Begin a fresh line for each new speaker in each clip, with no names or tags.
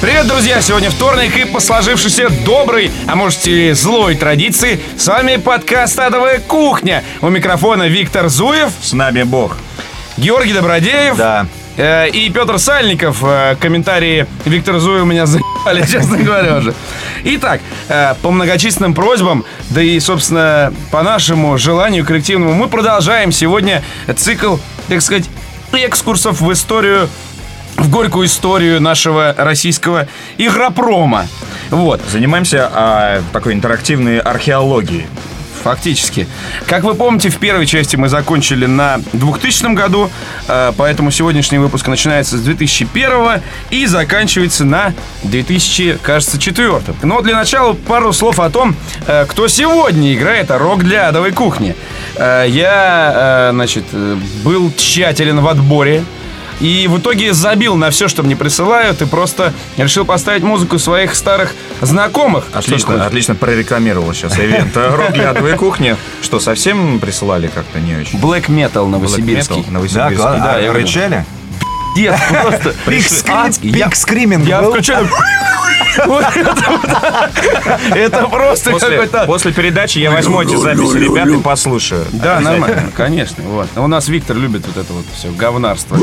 Привет, друзья! Сегодня вторник и по сложившейся доброй, а может и злой традиции, с вами подкаст «Адовая кухня». У микрофона Виктор Зуев,
С нами Бог.
Георгий Добродеев
Да.
э, и Петр Сальников. Э, комментарии Виктора Зуева меня заебали, честно говоря уже. Итак, э, по многочисленным просьбам, да и, собственно, по нашему желанию коллективному, мы продолжаем сегодня цикл, так сказать, экскурсов в историю в горькую историю нашего российского игропрома. Вот.
Занимаемся а, такой интерактивной археологией.
Фактически. Как вы помните, в первой части мы закончили на 2000 году, э, поэтому сегодняшний выпуск начинается с 2001 и заканчивается на 2000, кажется, 4. Но для начала пару слов о том, э, кто сегодня играет рок для адовой кухни. Э, Я, э, значит, э, был тщателен в отборе. И в итоге забил на все, что мне присылают, и просто решил поставить музыку своих старых знакомых. А Что ж такое?
Отлично, отлично прорекламировал сейчас ивент. Рок для адовой кухни. Что, совсем присылали как-то не очень?
Клэк метал новосибирский.
Black metal, Новосибирский.
классно.
да,
А
я
рычали?
Пиздец, просто.
А,
Адский. Я-
Пик скриминг
Я
был?
включаю... Вот это вот. Это просто
После,
какой-то...
после передачи я возьму эти записи, ребят, и послушаю.
Да, нормально, конечно. Вот. У нас Виктор любит вот это вот все говнарство.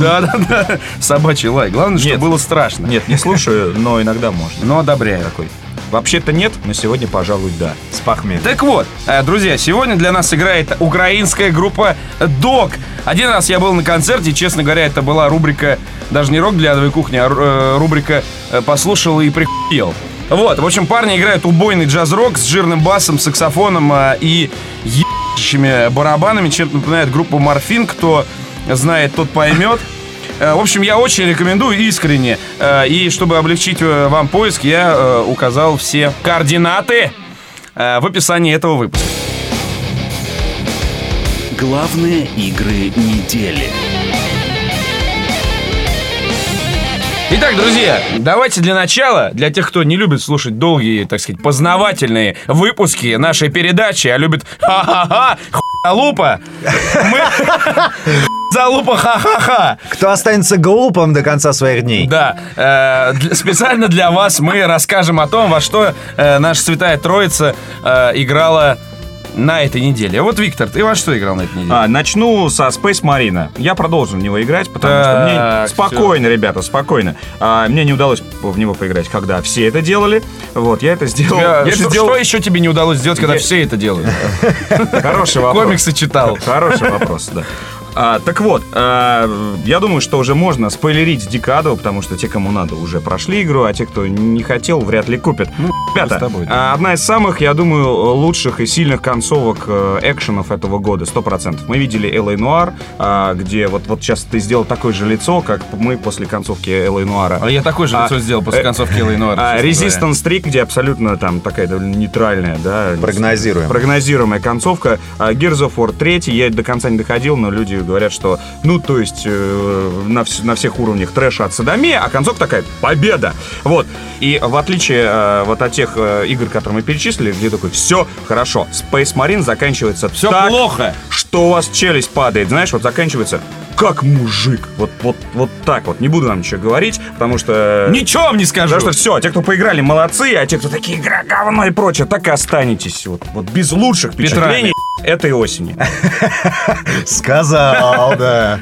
Да, да, да. Собачий лай. Главное, чтобы
Нет.
было страшно.
Нет, не слушаю, но иногда можно.
Но одобряю.
Такой. Вообще-то нет, но сегодня, пожалуй, да.
С похмелья.
Так вот, э, друзья, сегодня для нас играет украинская группа Док. Один раз я был на концерте, честно говоря, это была рубрика, даже не рок для адовой кухни, а ру- э, рубрика э, «Послушал и прихуел». Вот, в общем, парни играют убойный джаз-рок с жирным басом, саксофоном э, и ебучими барабанами, чем напоминает группу «Морфин», кто знает, тот поймет. Э, В общем, я очень рекомендую искренне. Э, И чтобы облегчить э, вам поиск, я э, указал все координаты э, в описании этого выпуска.
Главные игры недели.
Итак, друзья, давайте для начала, для тех, кто не любит слушать долгие, так сказать, познавательные выпуски нашей передачи, а любит ха-ха-ха, хуй-залупа, мы... Залупа ха-ха-ха.
Кто останется глупым до конца своих дней?
Да, э, для- специально для вас мы расскажем о том, во что э, наша Святая Троица э, играла на этой неделе. Вот, Виктор, ты во что играл на этой неделе?
А, начну со Space Marine. Я продолжу в него играть, потому что
Так,
мне... Спокойно, ребята, спокойно. А, мне не удалось в него поиграть, когда все это делали. Вот, я это сделал...
Тебя-
ну, я это
Э, что,
сделал-
что еще тебе не удалось сделать, когда
Я-
все это делают?
Хороший вопрос.
Комиксы читал.
Хороший вопрос, да. А, так вот, а, я думаю, что уже можно спойлерить декаду, потому что те, кому надо, уже прошли игру, а те, кто не хотел, вряд ли купят. Ну, ребята,
с тобой, да.
а, одна из самых, я думаю, лучших и сильных концовок э, экшенов этого года, 100%. Мы видели Элэй Нуар, а, где вот, вот сейчас ты сделал такое же лицо, как мы после концовки Элэй Нуара.
А я такой же
А,
лицо сделал после
э,
концовки Элла и Нора,
А,
честно говоря.
Resistance 3, где абсолютно там такая довольно нейтральная, да.
Прогнозируем.
Прогнозируемая концовка. А, Gears of War 3, я до конца не доходил, но люди говорят, что, ну, то есть, э, на, вс- на всех уровнях трэша от садомия, а концовка такая, победа. Вот. И в отличие э, вот от тех э, игр, которые мы перечислили, где такой, все хорошо, Space Marine заканчивается
Все
так,
плохо.
что у вас челюсть падает, знаешь, вот заканчивается как мужик. Вот, вот, вот так вот. Не буду вам ничего говорить, потому что... э,
Ничего вам не скажу.
Потому что все, те, кто поиграли, молодцы, а те, кто такие игра говно и прочее, так и останетесь. Вот, вот без лучших впечатлений этой осени.
Сказал, да.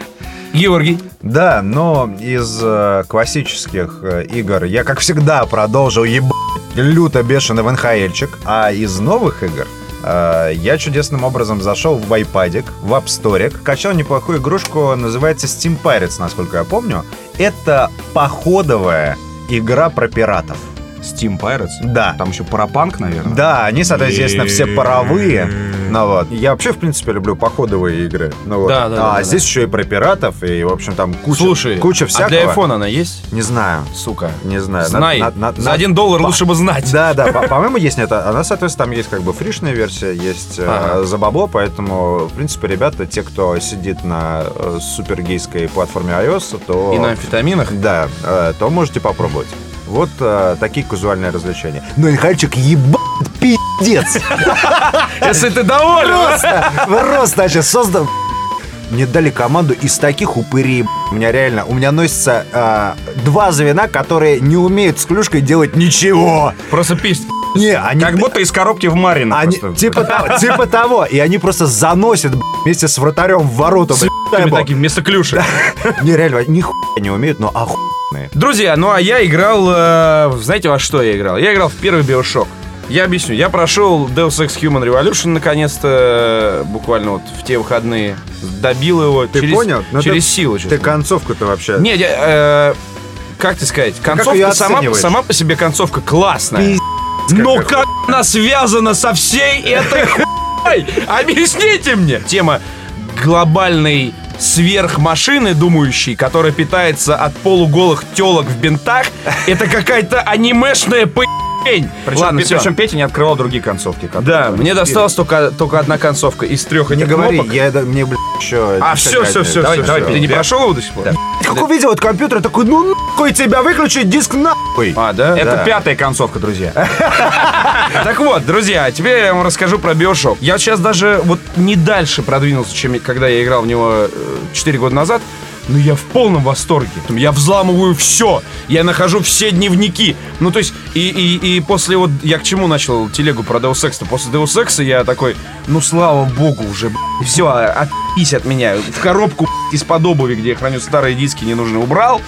Георгий.
Да, но из э, классических э, игр я, как всегда, продолжил ебать люто бешеный в НХЛчик. А из новых игр э, я чудесным образом зашел в байпадик, в апсторик, качал неплохую игрушку, называется Steam Pirates, насколько я помню. Это походовая игра про пиратов.
Steam Pirates?
Да.
Там еще парапанк, наверное.
Да, они, соответственно, все паровые. Ну вот. Я вообще, в принципе, люблю походовые игры. Ну вот.
Да, да, да,
а
да.
здесь еще и про пиратов, и, в общем, там куча,
Слушай,
куча всякого.
а для айфона она есть?
Не знаю.
Сука.
Не знаю. Надо-
Знай.
надо- надо-
За
надо-
один доллар лучше бы знать.
Да, да, по- по-моему, есть нет. Она, соответственно, там есть как бы фришная версия, есть э,
Ага.
за бабло, поэтому, в принципе, ребята, те, кто сидит на э, супергейской платформе iOS, то...
И на амфетаминах.
Да, э, то можете попробовать. Вот э, такие казуальные развлечения. Ну и хальчик ебать пиздец!
Если ты доволен.
Просто, просто, значит, создан мне дали команду из таких упырей. б***ь. У меня реально, у меня носится а, два звена, которые не умеют с клюшкой делать ничего.
Просто пиздец.
Не, они...
Как будто из коробки в Марина
они-
просто.
типа, того, типа того. И они просто заносят б***ь, вместе с вратарем в ворота. б***ь,
Такими
тайбол.
таким, вместо клюшек.
Не, реально, они нихуя не умеют, но охуенные.
Друзья, ну а я играл... э, знаете, во что я играл? Я играл в первый Биошок. Я объясню. Я прошел Deus Ex Human Revolution наконец-то, э, буквально вот в те выходные. Добил его
Ты
через,
понял?
Ну,
Но
через
ты-
силу. честно
Ты концовку-то вообще...
Не, я, э, как ты сказать,
её
концовка сама,
оцениваешь?
сама по себе концовка классная.
Пиздец,
Но
какая
как она связана со всей этой хуйней? Объясните мне! Тема глобальной сверхмашины думающей, которая питается от полуголых телок в бинтах, это какая-то анимешная пень.
Причем,
Ладно,
Пе-
всё.
причем Петя не открывал другие концовки. как-
Да, мне досталась только, только одна концовка из трех
Не
этих
говори,
кнопок.
я, да, мне, блядь, еще...
А, все, все, все,
Давай,
все,
давай,
Ты не
Петя.
прошел его до сих пор?
Как увидел от компьютера, такой, ну нахуй тебя выключить, диск нахуй.
А, да?
Это
Да.
пятая концовка, друзья.
Так вот, друзья, а теперь я вам расскажу про Биошок. Я сейчас даже вот не дальше продвинулся, чем я- когда я играл в него 4 года назад, но я в полном восторге. Там Я взламываю все, я нахожу все дневники. Ну, то есть, и, и, и после вот, я к чему начал телегу про Deus Ex? -то? После Deus Ex я такой, ну, слава богу уже, все, отпись от меня. В коробку б***ь, из-под обуви, где я храню старые диски, ненужные, убрал.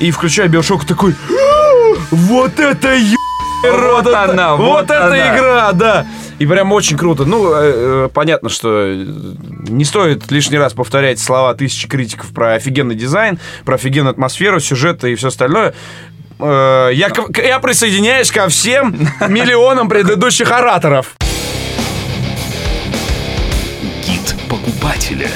И включаю Биошок такой, «А, вот это ё-
Вот
это-
она,
вот
вот
эта
она.
игра, да. И прям очень круто. Ну, э, э, понятно, что э, не стоит лишний раз повторять слова тысячи критиков про офигенный дизайн, про офигенную атмосферу, сюжеты и все остальное. Э, Я, к- к- я присоединяюсь ко всем миллионам предыдущих ораторов.
Гид покупателя.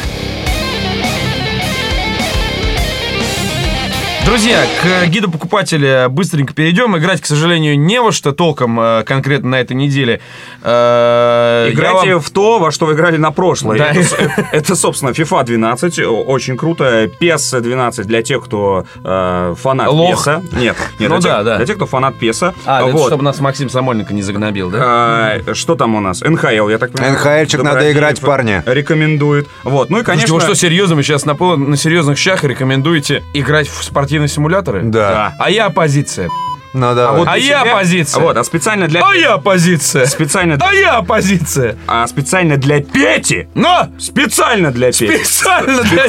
Друзья, к гиду покупателя быстренько перейдем. Играть, к сожалению, не во что толком э, конкретно на этой неделе. Э, я
Играйте
вам-
в то, во что вы играли на прошлое.
Да.
Это, с- это, собственно, FIFA 12, о- очень круто. PES 12 для тех, кто э, фанат
Лох.
PES. Нет, нет,
Ну да,
для, тех,
да.
для тех, кто фанат PES.
А, это
Вот.
чтобы нас Максим Самойленко не загнобил, да?
А, что там у нас? НХЛ, я так понимаю.
НХЛчик надо
Добродеев
играть, парни.
Рекомендует. Вот, ну и,
Слушайте,
конечно...
вы что, серьезно, вы сейчас на, пол- на серьезных щах рекомендуете играть в спортивные симуляторы?
Да.
А я оппозиция.
Ну да.
а
для
я
себя-
оппозиция.
Вот, а специально для...
А я оппозиция.
Специально,
А я оппозиция.
а специально для Пети!
Но
Специально для Пети!
специально для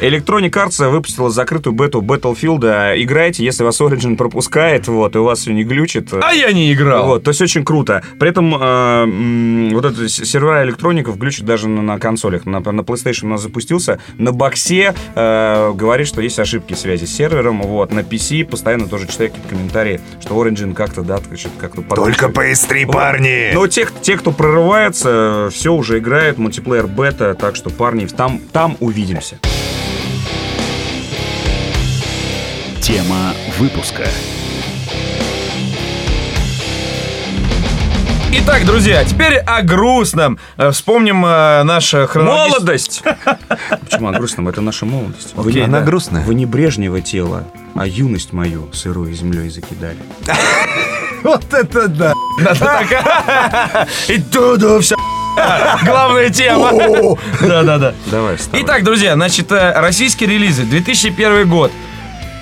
Electronic Arts выпустила закрытую бету Battlefield. Играйте, если вас Origin пропускает, вот, и у вас все не глючит.
А я не играл.
Вот, то есть очень круто. При этом э, м, вот этот с- сервера электроников глючит даже на, на консолях. На, на PlayStation у нас запустился. На боксе э, говорит, что есть ошибки связи с сервером. Вот, на PC постоянно тоже читаю какие-то комментарии, что Origin как-то, да, что-то как-то
Только
подключен.
PS3,
Вот.
парни!
Но те, те, кто прорывается, все уже играет, мультиплеер бета, так что, парни, там, там увидимся.
Тема выпуска.
Итак, друзья, теперь о грустном. Э, Вспомним э, наш э, хронологический-
Молодость! Почему она грустная? Это наша молодость. Вы не-
Она грустная.
Вы не Брежнева тело, а юность мою сырой землей закидали.
Вот это да!
И туда вся Главная тема. Да-да-да.
Давай, вставай.
Итак, друзья, значит, э, российские релизы, 2001 год.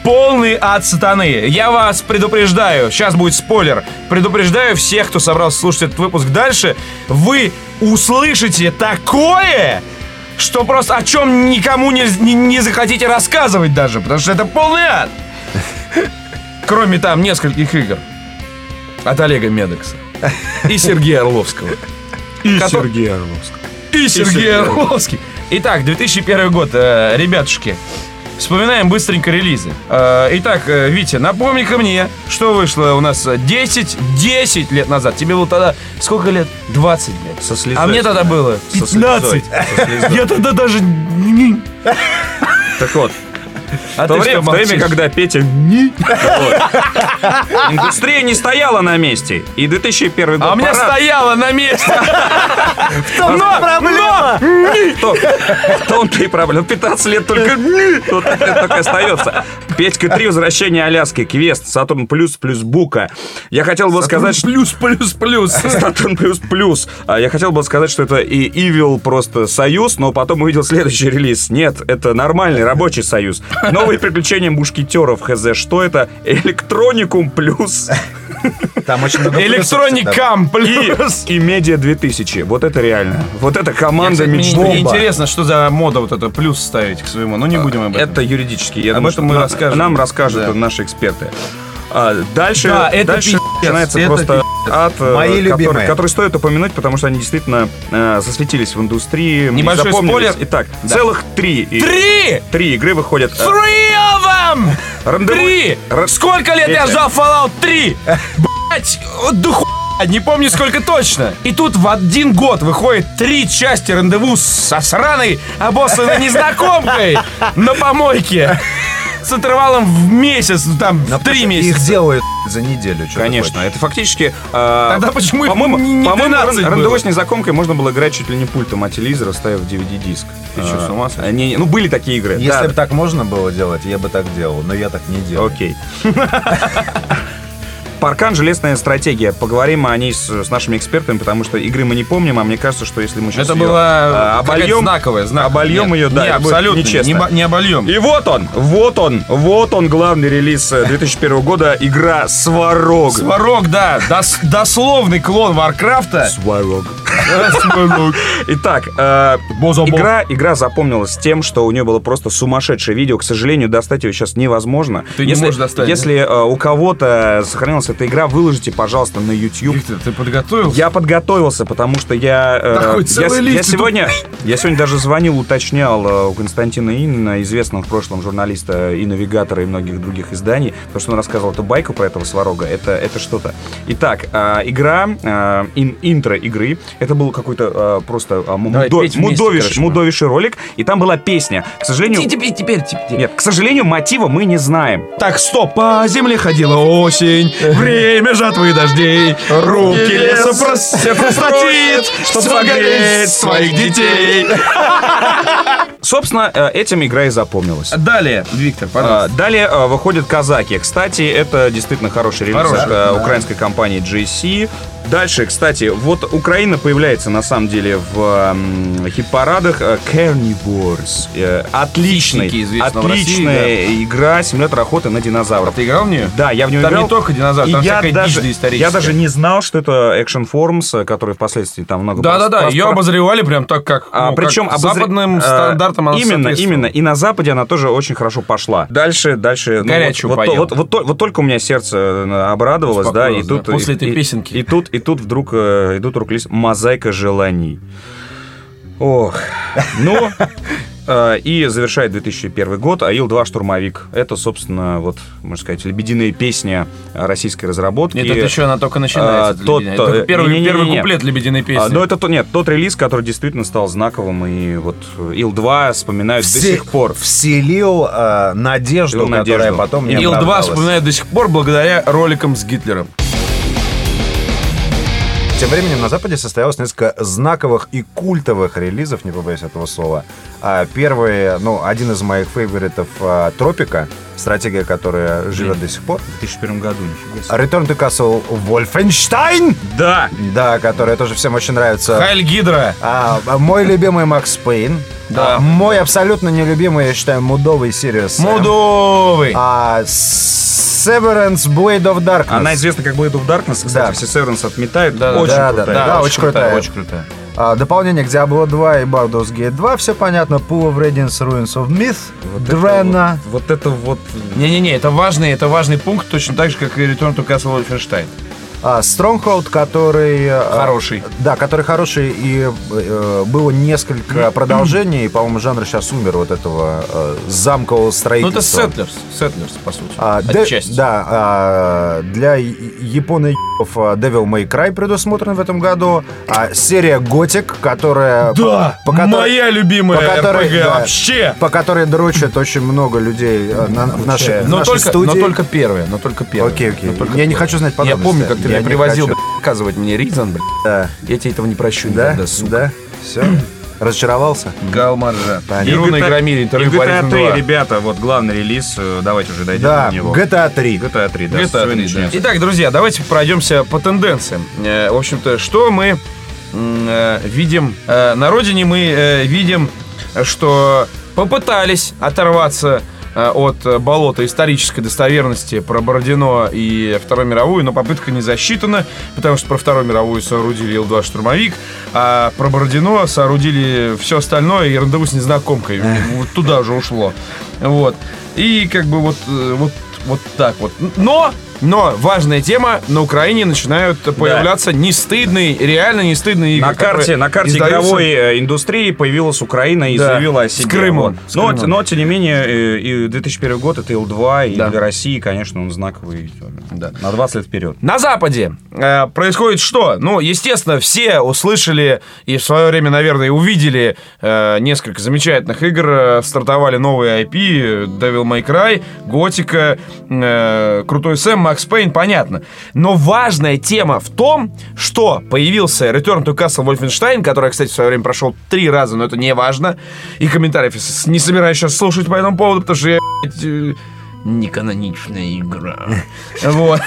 Полный ад сатаны. Я вас предупреждаю, сейчас будет спойлер, предупреждаю всех, кто собрался слушать этот выпуск дальше, вы услышите такое, что просто о чем никому не, не- не захотите рассказывать даже, потому что это полный ад. Кроме там нескольких игр от Олега Медекса и Сергея Орловского.
И
Котор-
Сергей Орловский.
И Сергей Орловский. Итак, 2001 год, э, ребятушки. Вспоминаем быстренько релизы. Э, Итак, э, Витя, напомни-ка мне, что вышло у нас э, 10, 10 лет назад. Тебе было тогда сколько лет? 20 лет.
Со слезой.
А мне тогда было
Со слезой.
15.
Со слезой.
Я тогда даже...
Так вот,
А
в то
ты что
время, в то время,
молчишь?
когда Петя... ни- вот, Индустрия не стояла на месте. И 2001 год
А у меня
пора-
стояло на месте. Но, но,
Ну, То- В том-то и проблема. 15 лет только... ни, Вот это так и остается. Петька 3, Возвращение Аляски, Квест, Сатурн Плюс плюс Бука. Я хотел бы сказать, что...
Плюс, плюс, плюс.
Сатурн плюс плюс. А, Я хотел бы сказать, что это и Evil просто союз, но потом увидел следующий релиз. Нет, это нормальный рабочий союз. Новые приключения мушкетеров хз. Что это? Электроникум плюс
Там очень много плюсов всегда.
Электроникам,
и,
плюс.
и Медиа 2000. Вот это реально. Вот это команда
Мне,
мечты.
мне интересно, что за мода вот это плюс ставить к своему. Ну, не будем об этом.
Это юридически. Я
Об этом
думаю, что
мы
на-
расскажем.
Нам расскажут
Да.
наши эксперты. А, дальше
Да, это
дальше
пиздец,
начинается
это
просто ад, э,
Мои
который,
любимые.
который стоит упомянуть, потому что они действительно э, засветились в индустрии. и
Небольшой
запомнились.
спойлер.
Итак, целых три. и-
Три!
Три игры выходят. э,
Three of them!
Рандеву-
Три!
Ра-
Сколько лет я
Петя.
ждал Fallout 3? Блять, да хуя, не помню сколько точно. И тут в один год выходит три части рандеву со сраной обоссанной незнакомкой на помойке. С интервалом в месяц, ну, там, в
Но
три
их
месяца.
делают за неделю. чё
Конечно,
такое.
это фактически... э,
Тогда почему их
по-моему,
не
по-моему,
12
ран-
было?
рандевой с незнакомкой можно было играть чуть ли не пультом а от телевизора, ставив DVD-диск.
Ты чё, с ума сошел?
не, не, ну, были такие игры.
Если
да.
бы так можно было делать, я бы так делал, но я так не делал.
Окей. Паркан «Железная стратегия». Поговорим о ней с, с нашими экспертами, потому что игры мы не помним, а мне кажется, что если мы сейчас
Это
её,
было
а, обольем...
знаковое, знаковое.
обольем
Нет,
её, да,
не,
это будет
абсолютно,
нечестно.
не, бо- не обольем.
И вот он, вот он, вот он главный релиз э, 2001 года, игра «Сварог».
Сварог, да, дос- дословный клон Варкрафта.
Сварог. Итак, э,
Бозобо.
игра, игра запомнилась тем, что у нее было просто сумасшедшее видео. К сожалению, достать ее сейчас невозможно.
Ты не
если,
можешь достать,
Если э, у кого-то сохранилась эта игра, выложите, пожалуйста, на YouTube.
Ты, ты подготовился?
Я подготовился, потому что я... э,
Такой
я
целый
с- я,
лист, ты
сегодня, я сегодня даже звонил, уточнял э, у Константина Инна, известного в прошлом журналиста и навигатора, и многих других изданий, потому что он рассказывал эту байку про этого сварога. Это, это что-то. Итак, э, игра, э, ин- интро игры, это был какой-то э, просто э, м-
Давай
мудо-
петь вместе,
мудовиш-
короче,
мудовейший ролик, и там была песня. К сожалению...
Теперь, теперь, теперь.
Нет, к сожалению, мотива мы не знаем.
Так, стоп! По земле ходила осень, время жатвы и дождей, руки леса просят, хватит, чтоб согреть своих детей.
Собственно, э, этим игра и запомнилась.
Далее, Виктор,
А, Далее а, выходят казаки. Кстати, это действительно хороший релиз
Хороший,
от, а, украинской компании GC. Дальше, кстати, вот Украина появляется на самом деле в м, хит-парадах э, Carnivores. Э, Отличный,
Хищники, известно в России,
отличная игра, симулятор охоты на динозавров.
Ты А. играл в нее?
Да, я в нее
Там
играл.
не только динозавр,
И
там
я
всякая
даже,
дичь доисторическая.
я даже не знал, что это Action Forms, э, который впоследствии там много
Да, да,
прос-
да. Ее
проспро-
обозревали прям так, как.
а,
ну, как
причем обозр-
западным
э,
стандартам она
именно,
соответствовала.
именно. И на Западе она тоже очень хорошо пошла. Дальше, дальше. ну,
Горячую
вот, вот,
поел.
вот, вот то- вот только у меня сердце э, обрадовалось, да, и
Успокоилось, да,
тут
после
и-
этой
и-
песенки.
И тут, и тут вдруг э, идут рук лист мозаика желаний. Ох, ну. э, И завершает 2001 год «Аил-2. Штурмовик». Это, собственно, вот, можно сказать, лебединая песня российской разработки.
Нет, это еще она только начинается.
а,
это
тот-
«Лебединая».
то-
это первый,
не-не-не-не.
первый куплет лебединой песни.
А, но это то, нет, тот релиз, который действительно стал знаковым, и вот Ил-2 вспоминают до
Все-
сих пор.
Вселил э, надежду,
Вселил
которая
надежду.
потом не
Ил-2
оправдалась.
вспоминаю до сих пор благодаря роликам с Гитлером.
Тем временем на Западе состоялось несколько знаковых и культовых релизов, не побоюсь этого слова. А, Первый, ну, один из моих фейворитов а, Тропика, стратегия, которая живет до сих пор.
В 2001 году, нифига себе.
Return to Castle Wolfenstein,
Да!
да, которая тоже всем очень нравится.
Хайль Гидра.
А, а, мой любимый Макс Пейн.
Да.
А, мой абсолютно нелюбимый, я считаю, мудовый Сириус. Сэм.
Мудовый.
А, Severance Blade of Darkness.
Она известна как Blade of Darkness, кстати,
Да.
все Severance отметают.
Да, да,
очень
да,
крутая.
да, очень крутая.
Очень крутая.
А, дополнение к Diablo 2 и Baldur's Gate 2, все понятно. Pool of Radiance, Ruins of Myth, Drena.
Вот, вот это вот...
Не-не-не, это важный, это важный пункт, точно так же, как и Return to Castle Wolfenstein.
А, Stronghold, который... э,
А,
Хороший.
Да, который хороший, и э,
Ну,
было несколько продолжений, и, по-моему, жанр сейчас умер вот этого э, замкового
Ну, это
строительства.
Settlers, Settlers, по сути,
А, де-
отчасти.
да, а, для я- японы ебов, а, Devil May Cry предусмотрен в этом году. А, серия Готик, которая...
Да,
по- по которой-
моя любимая
по которой,
RPG
да.
вообще.
по которой дрочат очень много людей э, на- в нашей, в
Но
нашей
только,
студии.
но только первая, но только первая.
Окей, окей.
Но только
Я не
первая.
хочу знать
Я
подробности.
помню, как ты
Я
меня
не
привозил,
хочу.
блядь, показывать мне Ризан, блядь.
Да,
Я тебе этого не прощу
да,
никогда, сука.
да, все. Разочаровался?
Галмаржа.
Понятно.
Ируна и Громили,
и
интервью по
GTA 3,
Resident
ребята, вот главный релиз, э, давайте уже дойдем
Да,
до него.
GTA 3.
GTA 3, да.
2.
с чего начнём?
Итак, друзья, давайте пройдемся по тенденциям. Э, В общем-то, что мы м, э, видим э, на родине, мы э, видим, что попытались оторваться э, от э, болота исторической достоверности про Бородино и Вторую мировую, но попытка не засчитана, потому что про Вторую мировую соорудили Ил-2 штурмовик, а про Бородино соорудили все остальное и рандеву с незнакомкой. Вот туда же ушло. Вот. И как бы вот, э, вот, вот так вот. Но но важная тема, на Украине начинают появляться нестыдные, реально нестыдные игры.
На карте,
которые
на карте
издаются.
игровой э, индустрии появилась Украина и
Да,
заявила о
с
себе.
Крымом,
Вот.
с
Но,
Крымом.
но, тем не менее, э, и 2001 год это Ил-2, и
Да.
для России, конечно, он знаковый э,
Да.
на 20 лет вперед.
На Западе э, происходит что? Ну, естественно, все услышали и в свое время, наверное, увидели э, несколько замечательных игр. Э, Стартовали новые IP, э, Devil May Cry, Готика, э, Крутой Сэм, Макс Пейн, понятно. Но важная тема в том, что появился Return to Castle Wolfenstein, который, я, кстати, в свое время прошел три раза, но это не важно. И комментариев я с- не собираюсь сейчас слушать по этому поводу, потому что я... блядь, э, Неканоничная игра. Вот.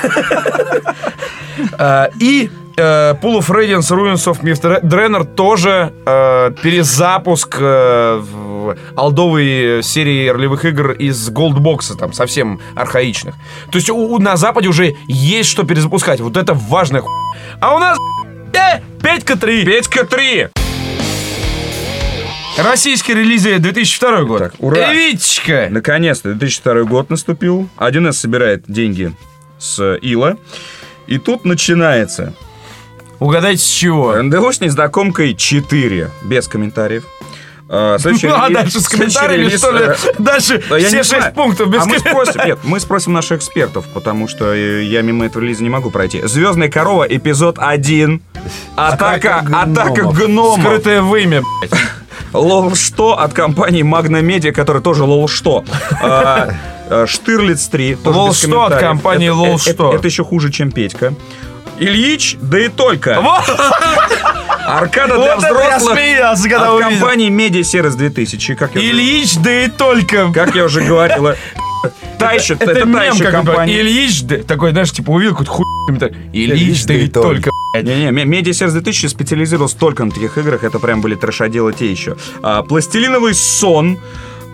А, И э, Pool of Radiance, Ruins of Myth Draenor тоже э, перезапуск э, в алдовой серии ролевых игр из голдбокса, там, совсем архаичных. То есть у- у- на Западе уже есть что перезапускать. Вот это важная ху... А у нас... э, Петька 3! Петька 3! Российские релизы 2002 год.
Так, ура.
Эвичка!
Наконец-то 2002 год наступил. 1С собирает деньги с э, Ила. И тут начинается.
Угадайте, с чего?
НДО с незнакомкой 4. Без комментариев. А, следующий
Ну, а
релиз-
дальше с
следующий
комментариями,
релиз,
что ли?
э,
Дальше
Да я
все
не
шесть
знаю.
пунктов без
а мы
комментариев.
спросим, нет, мы спросим наших экспертов, потому что э, я мимо этого релиза не могу пройти. Звездная корова, эпизод 1. Атака, атака
гномов.
гномов.
Скрытое вымя, блядь.
Лол что от компании Magna Media, которая тоже лол что. А, э, Штирлиц 3. тоже
«Лол
без
что» от
комментариев.
компании
Это-
«Лол
это-
что».
Это еще хуже, чем Петька. Ильич, да и только.
Вот!
Аркада
Вот
для
это я
взрослых
смеялся, когда
от
увидел.
компании Media Service 2000. Как я уже-
Ильич, да и только.
Как я уже говорил, э, та еще,
Это,
это та
мем,
еще
как бы,
компания.
Ильич, да, такой, знаешь, типа увидел какой-то хуй комментарий. Ильич, да и только.
Не-не, Ме- Media Service 2000 специализировался только на таких играх, это прям были трешаделы те еще. А, Пластилиновый сон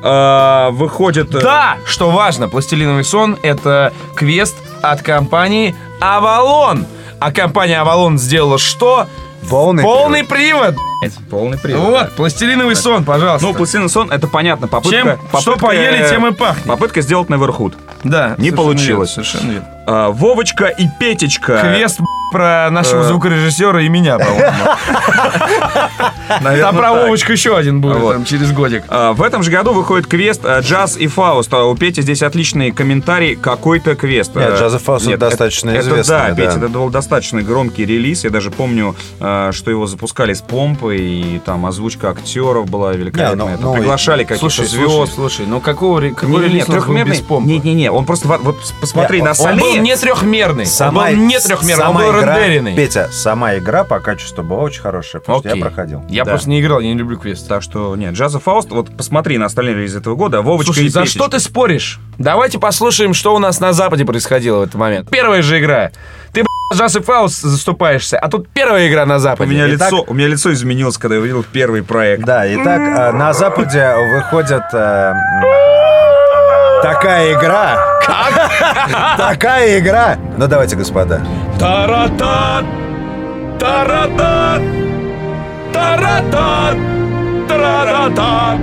а, выходит... э,
Да, что важно, «Пластилиновый сон» — это квест от компании «Авалон». А компания «Авалон» сделала что?
Полный
Полный привод. блядь.
Полный привод.
Вот, «Пластилиновый сон», пожалуйста.
Ну, Пластилиновый сон, это понятно, попытка...
Чем-
попытка, э,
что поели, тем и пахнет.
Попытка сделать Neverhood.
да,
Не
совершенно
получилось.
верно, совершенно верно.
А, Вовочка и Петечка.
Квест блядь, про нашего
э,
звукорежиссера и меня, по-моему.
Наверное,
Там про
так.
Вовочку еще один будет
Вот.
там, через годик.
А, В этом же году выходит квест а, «Джаз и Фауст». А У Пети здесь отличный комментарий «Какой-то квест».
Нет,
А,
«Джаз и Фауст»
нет,
достаточно
это- это
известный,
да,
да.
Петя, это был достаточно громкий релиз. Я даже помню, а, что его запускали с помпой, и там озвучка актеров была великолепная.
Не, ну,
Там
ну,
приглашали каких-то
Слушай,
звезд.
слушай, слушай, ну какого ре- какой
Не-не-не,
релиз у нас был без
трехмерный.
помпы?
Не-не-не, он просто... во- Вот посмотри
Не,
на
он
Он был
соле.
не трехмерный, он был не трехмерный, он
сама
был
игра-
рендеренный.
Петя, сама игра по качеству была очень хорошая, потому что я
Окей.
проходил.
Я
Да.
просто не играл, я не люблю квесты.
Так что, нет, «Джаз и Фауст», вот посмотри на остальные релизы этого года, А Вовочка
Слушай,
и
за
Петечка.
что ты споришь? Давайте послушаем, что у нас на Западе происходило в этот момент. Первая же игра. Ты, б***ь, Джаз и Фаус заступаешься, а тут первая игра на
У
Западе.
меня,
Итак-
лицо, у меня лицо изменилось, когда я увидел первый проект.
Да, итак, э, на Западе выходит э, м, такая игра. Такая игра. Ну давайте, господа.
Таратат! Таратат! Таратат! Таратат!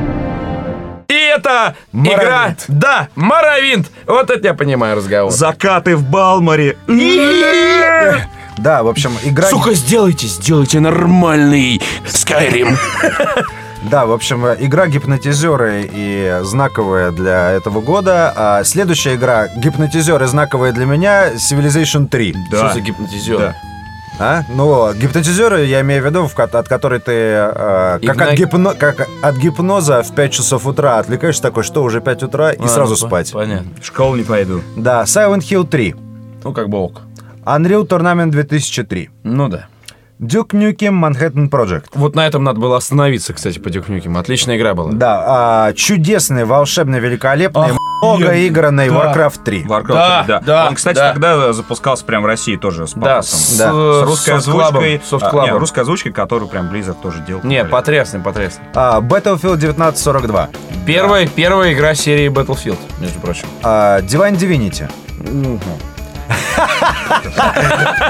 И это игра...
Моровинд.
Да, Моровинт! Вот это я понимаю разговор.
Закаты в Балмаре.
Да, в общем, игра...
Сука, сделайте, сделайте нормальный Skyrim.
Да, в общем, э, игра гипнотизеры и знаковая для этого года. А следующая игра гипнотизеры знаковая для меня Civilization 3.
Что за гипнотизер?
Да.
А? Ну, гипнотизеры, я имею в виду, в ко- от которой ты э, как,
Игна-
от гипно- как от гипноза в 5 часов утра отвлекаешься такой, что уже 5 утра, и
А,
сразу
ну,
спать.
Понятно.
В школу не пойду.
Да, Silent Hill 3,
Ну, как бы ок.
Unreal Tournament 2003,
Ну да.
Duke Nukem Manhattan Project.
Вот на этом надо было остановиться, кстати, по Дюкнюким. Отличная игра была.
Да, а, чудесный, волшебный, великолепный, многоигранный
Да.
Warcraft 3.
Warcraft
Да,
3, да.
да,
Он, кстати,
да.
тогда запускался прям в России тоже с
Да,
пафосом.
с, э,
Да.
С русской
софт-клабом,
озвучкой.
софт-клабом.
а, не, русской озвучкой, которую прям Blizzard тоже делал.
Не, потрясный, потрясный.
А, Battlefield 1942.
Первая, первая игра серии Battlefield, между прочим.
А, Divine Divinity.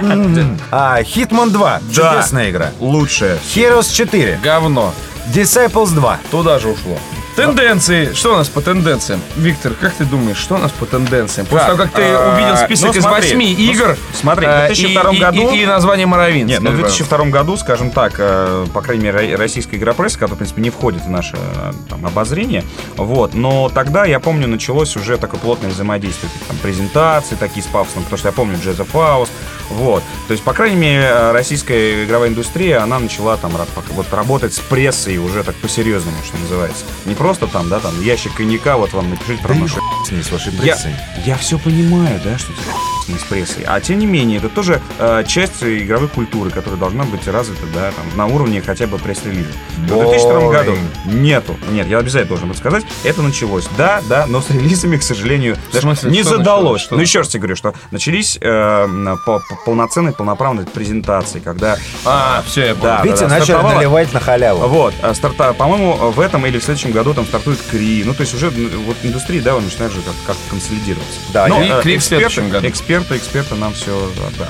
Мгм. А, Hitman 2.
Да.
Чудесная игра.
Лучшее.
Heroes 4.
Говно.
Disciples 2.
Туда же ушло. Тенденции. Что у нас по тенденциям? Виктор, как ты думаешь, что у нас по тенденциям? После
Так,
того, как ты
э,
увидел список
ну,
из
смотри,
восьми
ну,
игр,
смотри, в
э, и-
2002
и- и-
году-
и наскание Моровинец.
Нет, ну в
скажи,
2002 году, скажем так, э, по крайней мере, ро- российская игропресса, которая, в принципе, не входит в наше э, там, обозрение, вот, но тогда, я помню, началось уже такое плотное взаимодействие, какие-то там презентации такие с пафосом, потому что я помню Джеза Фаус, вот, то есть, по крайней мере, э, российская игровая индустрия, она начала там ра- пока- вот работать с прессой уже так по-серьезному, что называется, не просто там, да, там, ящик коньяка, вот вам напишите про нашу
С ней, с вашей
я,
прессой.
я все понимаю, да, что это не с прессой. А тем не менее, это тоже э, часть игровой культуры, которая должна быть развита, да, там, на уровне хотя бы пресс-релиза. В 2002 году нету. Нет, я обязательно должен это сказать. Это началось. Да, да, но с релизами, к сожалению,
В
даже
смысле,
не
что началось?
задалось.
Что
ну, еще раз тебе говорю, что начались э, м, по- по- полноценные, полноправные презентации, когда...
А, все, я понял.
Да,
Видите,
да, да,
начали
стартовала-
наливать на халяву.
вот, а старта, по-моему, в этом или в следующем году там стартует Кри. Ну, то есть уже м, вот индустрия, да, начинает же как, как консолидироваться.
Да,
Но,
и
э,
Кри в
эксперты-
следующем году.
Эксперты, эксперты нам все,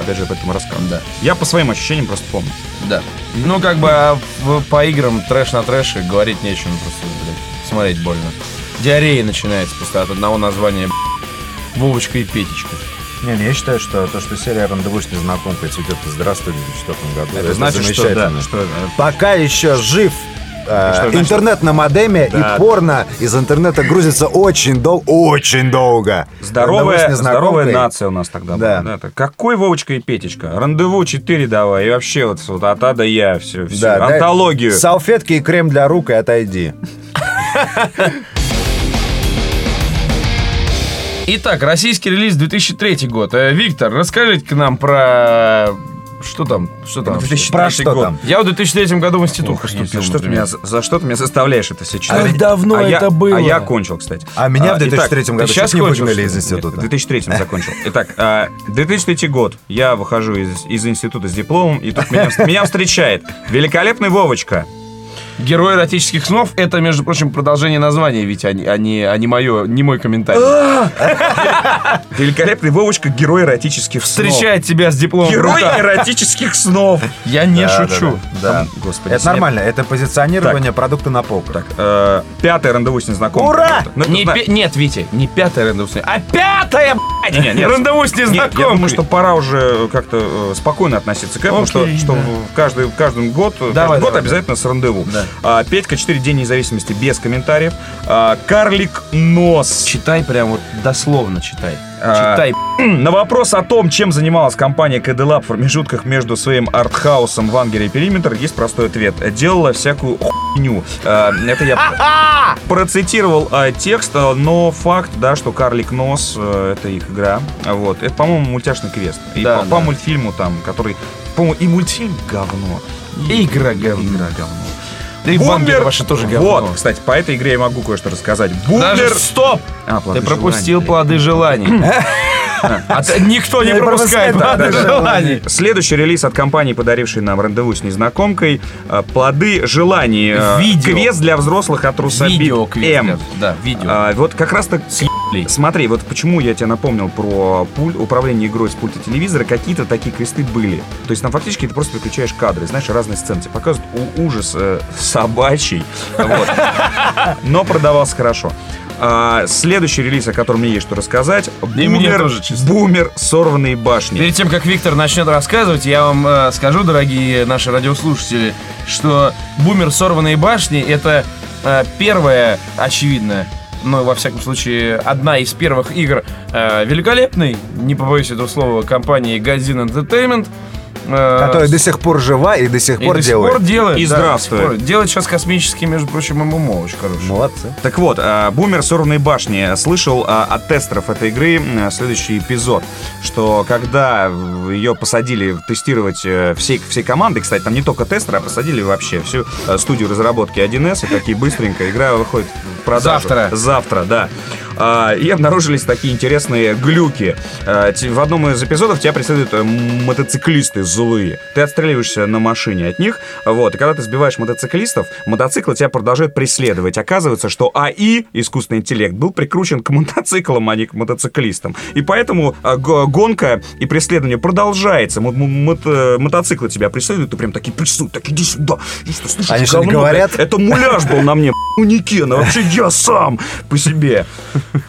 опять же, об этом рассказывают.
Да.
Я по своим ощущениям просто помню.
Да. Ну, как бы а в- по играм трэш на трэше говорить нечем, просто, блядь, смотреть больно. Диарея начинается просто от одного названия б***ь. Вовочка и Петечка.
Не, не, я считаю, что то, что серия «Рандевушная знакомка» цветет из «Здравствуй» в 2004 году, это,
что, да,
замечательно.
что, э,
Пока еще жив э,
Что значит?
интернет на модеме
Да.
и порно из интернета грузится очень долго, очень долго.
Здоровая,
«Рандеву с
здоровая
незнакомкой».
нация у нас тогда
Да.
была. да, так. Какой Вовочка и Петечка? Рандеву 4 давай. И вообще вот, вот от А до Я все. все.
Да, да.
Антологию.
Салфетки и крем для рук и отойди.
Итак, российский релиз 2003 год. Э, Виктор, расскажите к нам про... Что там? Что там?
2003
Про что
год.
там?
Я в 2003 году в институт
Ох,
поступил.
Никита, что ты меня,
например.
за за что ты меня заставляешь это все читать?
Как давно
А я-
это было?
А я кончил, кстати.
А меня в
итак,
2003 году
ты
чуть
щас
не
кончил,
выгнали
что
из
ли?
института.
В 2003 закончил. Итак, а, 2003 год. Я выхожу из, из института с дипломом, и тут меня, меня встречает великолепный Вовочка.
Герой эротических снов — это, между прочим, продолжение названия, ведь, а не, а не, а не моё- не мой комментарий.
Великолепный Вовочка, герой эротических снов.
Встречает тебя с дипломом.
Герой
Да.
эротических снов.
Я не
Да,
шучу.
да, да.
Там, Господи,
Это
снег.
нормально, это позиционирование продукта на полку.
Так, э, пятое рандеву с незнакомкой.
Ура!
Ну, это
Не
зна-
пе- нет, Витя, не пятая рандеву с- а пятая, блядь,
Не, нет.
рандеву с
Нет,
незнакомкой.
я думаю, что пора уже как-то э, спокойно относиться к этому, что, что в каждый, в каждый год, э, каждый
Давай,
год
давай,
обязательно с рандеву.
Да.
А, Петька, 4 день независимости без комментариев. А, Карлик Нос.
Читай прям вот дословно читай.
А.
Читай.
На вопрос о том, чем занималась компания КДЛАП в промежутках между своим артхаусом в Ангере и Периметр, есть простой ответ. Делала всякую хуйню. Э, Это я процитировал э, текст, э, но факт, да, что Карлик Нос э, это их игра. Вот. Это, по-моему, мультяшный квест. И
Да,
по, по
да.
мультфильму там, который. По-моему, и мультфильм говно.
И игра говно.
Игра говно.
Да и бамбер ваши тоже говно.
Вот, кстати, по этой игре я могу кое-что рассказать.
Даже
Бумер.
стоп!
А, плоды
Ты пропустил
желаний.
плоды желаний. А т- Никто не
Не пропускай,
пропускает
да,
плоды
да,
желаний.
Следующий релиз от компании, подарившей нам рандеву с незнакомкой э, «Плоды желаний». э,
Видео.
Квест для взрослых от Русабит
Видео квест,
М.
Да, видео.
А, вот как раз-то...
Съебли.
Смотри, вот почему я тебе напомнил про пульт, управление игрой с пульта телевизора, какие-то такие квесты были. То есть там фактически ты просто переключаешь кадры, знаешь, разные сцены. Тебе показывают у- ужас э, собачий. Вот. Но продавался хорошо. А, следующий релиз, о котором мне есть что рассказать.
И мне
«Бумер-
тоже, честно.
Бумер сорванные башни.
Перед тем, как Виктор начнет рассказывать, я вам э, скажу, дорогие наши радиослушатели, что «Бумер сорванные башни» — это э, первая, очевидно, ну, во всяком случае, одна из первых игр э, великолепной, не побоюсь этого слова, компании «Газин Entertainment», э,
Которая до сих пор жива и до сих
и
пор
до сих
делает.
пор делает.
И
да, до сих
здравствует.
пор. Делает сейчас космические, между прочим, ММО очень хорошие.
Молодцы.
Так вот, э, бумер сорванной башни слышал э, от тестеров этой игры э, следующий эпизод, что когда в- ее посадили тестировать э, всей, всей командой, кстати, там не только тестеры, а посадили вообще всю э, студию разработки 1С, и такие быстренько игра выходит в продажу.
Завтра.
Завтра, да. А, И обнаружились такие интересные глюки. А, те- В одном из эпизодов тебя преследуют э, мотоциклисты злые. Ты отстреливаешься на машине от них. Вот. И когда ты сбиваешь мотоциклистов, мотоциклы тебя продолжают преследовать. Оказывается, что АИ, искусственный интеллект, был прикручен к мотоциклам, а не к мотоциклистам. И поэтому а, г- гонка и преследование продолжается. Мо- мо- мото- Мотоциклы тебя преследуют, и прям такие преследуют, так иди сюда. Иди сюда, слушай,
Они что, не
говно,
говорят?
блядь, Это муляж был на мне, у Никена. Вообще я сам по себе.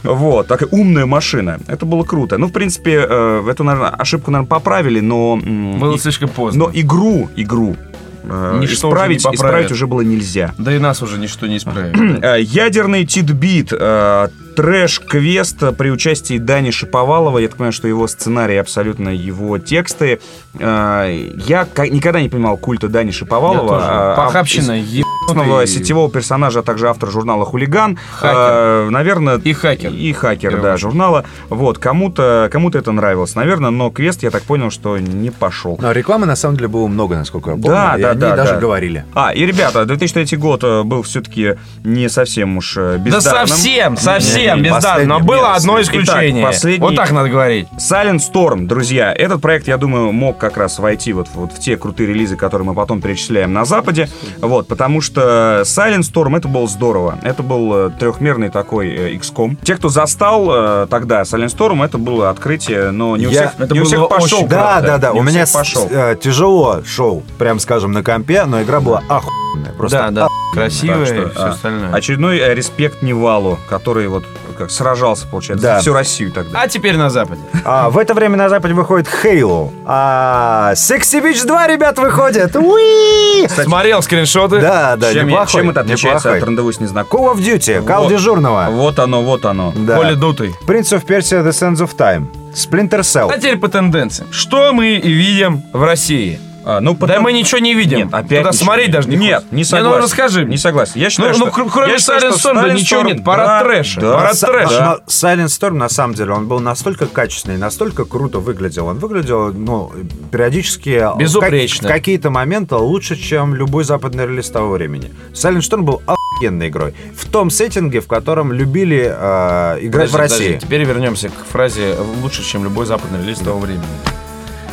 Вот, такая умная машина. Это было круто. Ну, в принципе, э, эту, наверное, ошибку, наверное, поправили, но... м,
Было
и-
слишком поздно.
Но игру, игру э,
Ничто уже не
исправить,
поправит.
исправить уже было нельзя.
Да и нас уже ничто не исправит.
Э, Ядерный титбит, э, трэш-квест при участии Дани Шиповалова. Я так понимаю, что его сценарий, абсолютно его тексты. Э, Я ка- никогда не понимал культа Дани Шиповалова. а- а-
Похабщина,
известного
ебаный.
сетевого персонажа, а также автор журнала «Хулиган».
Хакер.
Э, наверное,
И хакер.
И хакер,
Первый.
да, журнала. Вот, кому-то кому это нравилось, наверное, но квест, я так понял, что не пошел.
Но рекламы на самом деле было много, насколько я помню.
Да,
и
да,
они
да,
даже
да.
говорили.
А, и, ребята, 2003 год э, был все-таки не совсем уж э,
Да
бездарным.
совсем, совсем
Не,
бездарно. Но
последний,
было
нет,
одно
итак,
исключение.
последний-
Вот так надо говорить.
Silent Storm, друзья, этот проект, я думаю, мог как раз войти вот, вот в те крутые релизы, которые мы потом перечисляем на Западе, вот, потому что Silent Storm, это было здорово, это был э, трехмерный такой э, XCOM. Те, кто застал э, тогда Silent Storm, это было открытие, но не у
Я-
всех,
это
не у
было
всех пошел.
очень-
правда.
Да, да, да.
Не
У меня
всех пошел.
с- э, тяжело шоу, прям скажем, на компе, но игра была охуенная. Просто
Да, да. Красивое
Так что,
и все
а,
остальное.
Очередной э, респект Невалу, который вот как сражался, получается,
Да.
за всю Россию тогда.
А теперь на Западе.
А, в это время на Западе выходит Halo. А Sexy Beach 2, ребят, выходит. Уи!
Смотрел скриншоты.
Да, да,
чем,
неплохой,
чем это отличается
неплохой.
от рандеву с незнакомым?
Call of Duty, Call
Вот.
дежурного.
Вот оно, вот оно.
Да.
Поле дутый.
Prince of Persia The Sands of Time. Splinter Cell.
А теперь по тенденциям. Что мы и видим в России?
А, ну,
Да
потом-
мы ничего не видим.
Нет, опять
Туда
ничего
смотреть
нет.
даже не
Нет,
хочется.
не согласен.
Не, ну разкажи.
Не согласен. Я считаю,
Ну, ну,
что-
кр- кроме
я считаю,
Silent
что
Storm, да,
Silent
ничего
Storm,
нет. Парад трэша. Парад
Са-
трэша.
на- Silent Storm, на самом деле, он был настолько качественный, настолько круто выглядел. Он выглядел, ну, периодически... в ка-
Безупречно.
В какие-то моменты лучше, чем любой западный релиз того времени. Silent Storm был охуенной игрой. В том сеттинге, в котором любили э, играть
Подожди,
в России.
подожди. Теперь вернемся к фразе «лучше, чем любой западный релиз того времени».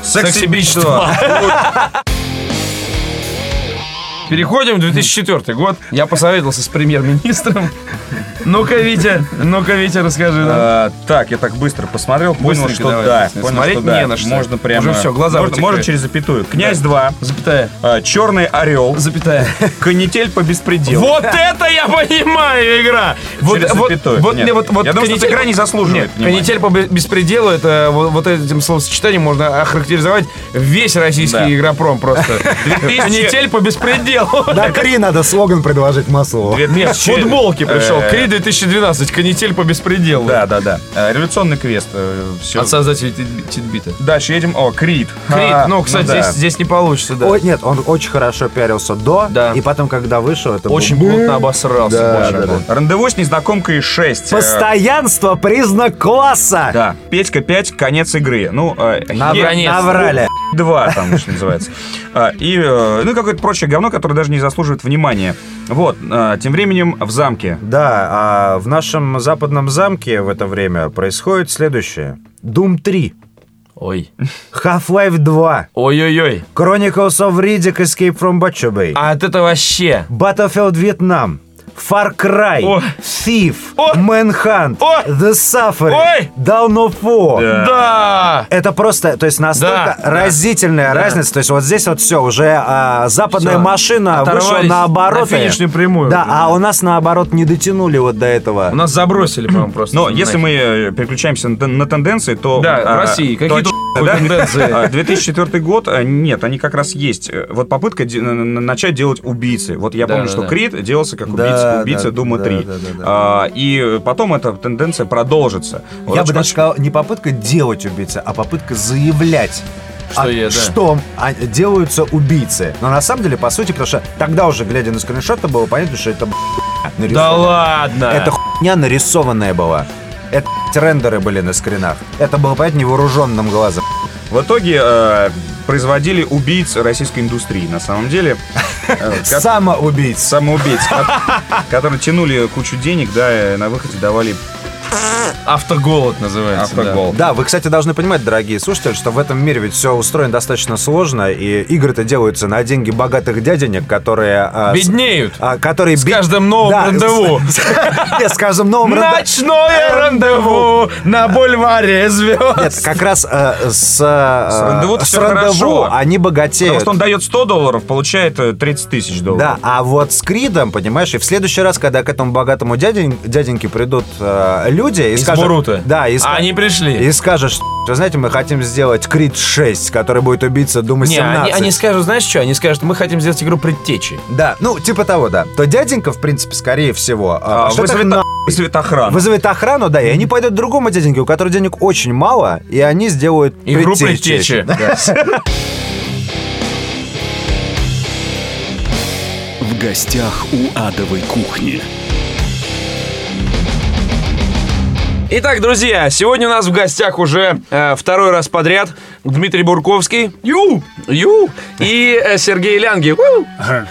Секси Бич
Секси-бич
2.
Переходим в 2004 год. Я посоветовался с премьер-министром. Ну-ка, Витя, ну-ка, Витя, расскажи нам.
Э, Так, я так быстро посмотрел, понял,
Быстренько
что
давай,
да.
быстренько.
понял,
Смотреть
что да.
не на что.
Можно прямо...
Уже всё, глаза
Можно-
вытекают.
Можно через запятую. Князь 2.
Запятая.
Черный орел.
Запятая.
Канитель по беспределу.
Вот это я понимаю игра! Вот,
Через
вот,
запятую.
вот,
Нет.
мне вот, вот
Я думаю, что эта
канитель-
игра не заслуживает
Нет, канитель по бе- беспределу, это вот, вот этим словосочетанием можно охарактеризовать весь российский
Да.
игропром просто. Канитель по беспределу.
Да, Кри надо слоган предложить маслу.
Нет, в футболке пришел.
Э,
Кри 2012, канитель по беспределу.
Да, да, да. Э, Революционный квест. э, Все.
От создателей тит- титбита.
Дальше едем. О, Крид.
Крид,
А,
ну, кстати,
да.
здесь, здесь не получится, да.
Ой, нет, он очень хорошо пиарился до,
Да.
и потом, когда вышел, это был
Очень
бум.
плотно обосрался.
Да,
Боже
да,
мой.
Рандеву с незнакомкой 6.
Постоянство признак класса!
Да. Петька 5, конец игры. Ну, э,
Нав-
е-
Наконец-то.
Наврали.
Два там, что называется. А, И, э, ну, и какое-то прочее говно, которое даже не заслуживает внимания. Вот, а, тем временем в замке.
Да, а в нашем западном замке в это время происходит следующее. Doom 3,
Ой.
Half-Life 2,
Ой-ой-ой.
Chronicles of Riddick Escape from Butcher Bay,
А это вообще...
Battlefield Vietnam, Far Cry,
О.
Thief,
О.
Manhunt,
О.
The Suffering,
Ой.
Dawn of War.
Да!
Это просто, то есть настолько
Да, да.
разительная разница. То есть вот здесь вот все, уже а, западная
Всё,
машина вышла
оторвались
наоборот.
на финишную прямую
Да,
уже,
а
да.
у нас наоборот не дотянули вот до этого.
У нас забросили, по-моему, просто.
Но
Нахер.
Ну, если мы э, переключаемся на, тен- на тенденции, то...
Да, в
а,
России.
то
Какие-то
да?
тенденции.
А, 2004 год, а, нет, они как раз есть. Э, Вот попытка де- на- на- начать делать убийцы. Вот я
Да,
помню,
да,
что
да.
Крид делался как
Да,
убийца, убийца
да,
Дума
да,
3.
да, да, да.
А, И потом эта тенденция продолжится. Вот
Я
очень
бы даже сказал, не попытка делать убийца, а попытка заявлять,
Что я, да.
что а, делаются убийцы. Но на самом деле, по сути, потому что тогда уже, глядя на скриншоты, было понятно, что это
Да
нарисовано.
ладно.
Это хуйня нарисованная была. Это блядь, рендеры были на скринах. Это было понятно невооруженным глазом.
В итоге э, производили убийц российской индустрии, на самом деле. Э, как-
Самоубийц.
Самоубийц, ко- которые тянули кучу денег, да, и на выходе давали
Автоголод называется.
автогол.
Да, вы, кстати, должны понимать, дорогие слушатели, что в этом мире ведь все устроено достаточно сложно, и игры-то делаются на деньги богатых дяденек, которые...
да.
а, с-
Беднеют.
а, которые
С
бе-
каждым новым
Да,
рандеву.
с- Нет, с каждым
Ну,
новым рандеву.
Ночное
Э,
рандеву на бульваре звезд.
Нет, как раз э, с, э,
С рандеву-то
с
всё
рандеву
хорошо.
они
Потому
богатеют.
что он дает 100 долларов, получает э, 30 тысяч долларов.
Да, а вот с Кридом, понимаешь, и в следующий раз, когда к этому богатому дядень- дяденьке придут э, люди и
Из
скажут...
Боруто. А
Да, и, ска-
Они пришли.
и скажут, что, вы знаете, мы хотим сделать Крид 6, который будет убийца Думы
Не,
17.
они, они скажут, знаешь что? Они скажут, мы хотим сделать игру предтечи.
Да, ну, типа того, да. То дяденька, в принципе, скорее всего... э,
А,
что
вызовет,
так на-
вызовет охрану.
Вызовет охрану, да, и они пойдут к другому дяденьке, у которого денег очень мало, и они сделают
Игру
предтечи.
предтечи.
В гостях у адовой кухни.
Итак, друзья, сегодня у нас в гостях уже э, второй раз подряд Дмитрий Бурковский. Ю! Ю! И э, Сергей Лянги. Уу!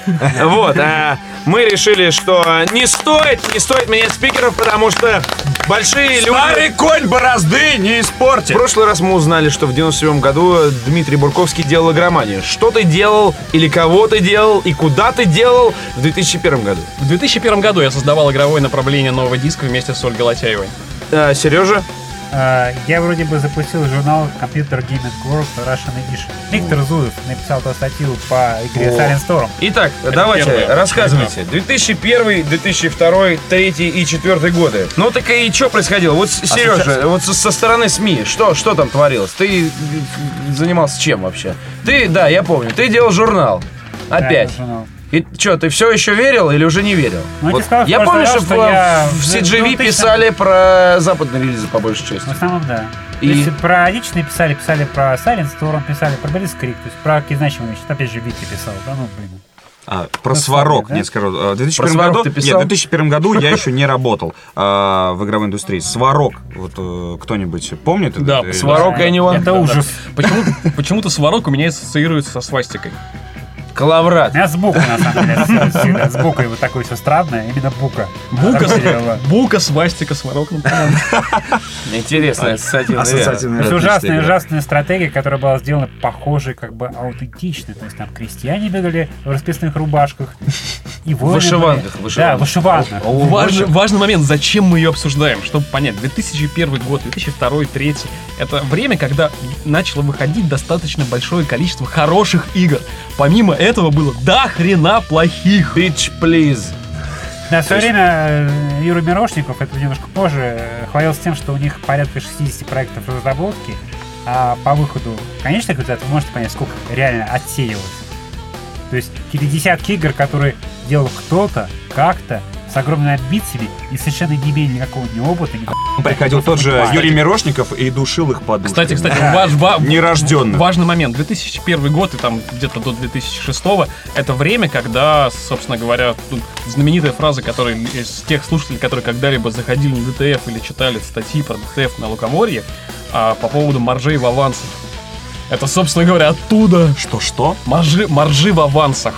Вот. э, мы решили, что не стоит, не стоит менять спикеров, потому что большие люди...
Старый конь борозды не
В
испортит.
прошлый раз мы узнали, что в 97 году Дмитрий Бурковский делал игроманию. Что ты делал, или кого ты делал, и куда ты делал в 2001 году?
В 2001 году я создавал игровое направление нового диска вместе с Ольгой Латяевой.
Э, Сережа?
А, Я вроде бы запустил журнал Computer Gaming World Russian Edition. Виктор Зуев написал эту статью по игре
О.
Silent Storm.
Итак, давайте,
первое.
рассказывайте. 2001, 2002, 3 и 4 годы. Ну так и что происходило? Вот,
А
Сережа, вот со, со стороны СМИ, что, что там творилось? Ты э, занимался чем вообще? Ты, да, я помню, ты делал журнал. Опять.
Реально журнал.
И что, ты все еще верил или уже не верил?
Ну, я тебе
Вот
сказал в
я
прошлый
помню,
раз,
что,
что
в-
я
в
в
CGV
2000
писали про западные релизы по большей части.
В основном, да.
И-
То есть про личные писали, писали про Silent Storm, писали про Борис Крик, то есть про Кизначевый мечт. Опять же, Вики писал, да, ну, блин.
А, про сварок,
да?
нет, скажу. В 2001
сварок
году,
ты
нет,
писал?
в 2001 году я еще не работал а, в игровой индустрии. Сварок, вот э, кто-нибудь помнит?
Да,
это?
Сварок Э, и Anyone.
Это
Да,
ужас.
да. Почему- Почему-то сварок у меня ассоциируется со свастикой.
Коловрат.
У меня с буквы, на самом деле, ассоциируется всегда. С буквой вот такое все странное, именно бука.
Бука,
Так делала.
бука свастика, сварок. ну, понятно.
Интересно, ассоциативный ряд.
Ассоциативный
То есть
ряд.
ужасная, ужасная стратегия, которая была сделана похожей, как бы аутентично. То есть там крестьяне бегали в расписных рубашках. И воины были-
вышиванках, вышиванках.
Да, в вышиванках.
Важный, важный момент, зачем мы ее обсуждаем, чтобы понять. 2001 год, 2002, 2003 — это время, когда начало выходить достаточно большое количество хороших игр. Помимо этого было до хрена плохих.
Bitch, please.
Да, все время э, Юра Мирошников, это немножко позже, э, хвалился тем, что у них порядка 60 проектов разработки, а по выходу конечных результатов вы можете понять, сколько реально отсеивалось. То есть какие-то десятки игр, которые делал кто-то, как-то, с огромными амбициями и совершенно не имея никакого ни опыта, ни
Приходил тот же
Кстати.
Юрий Мирошников и душил их подушками.
Кстати, кстати, важ- ва-
Нерожденных.
Важный момент. 2001 год и там где-то до 2006 это время, когда, собственно говоря, тут знаменитая фраза, которая из тех слушателей, которые когда-либо заходили на ДТФ или читали статьи про ДТФ на Лукоморье а, по поводу маржей в авансах. Это, собственно говоря, оттуда
Что-что?
маржи, маржи в авансах.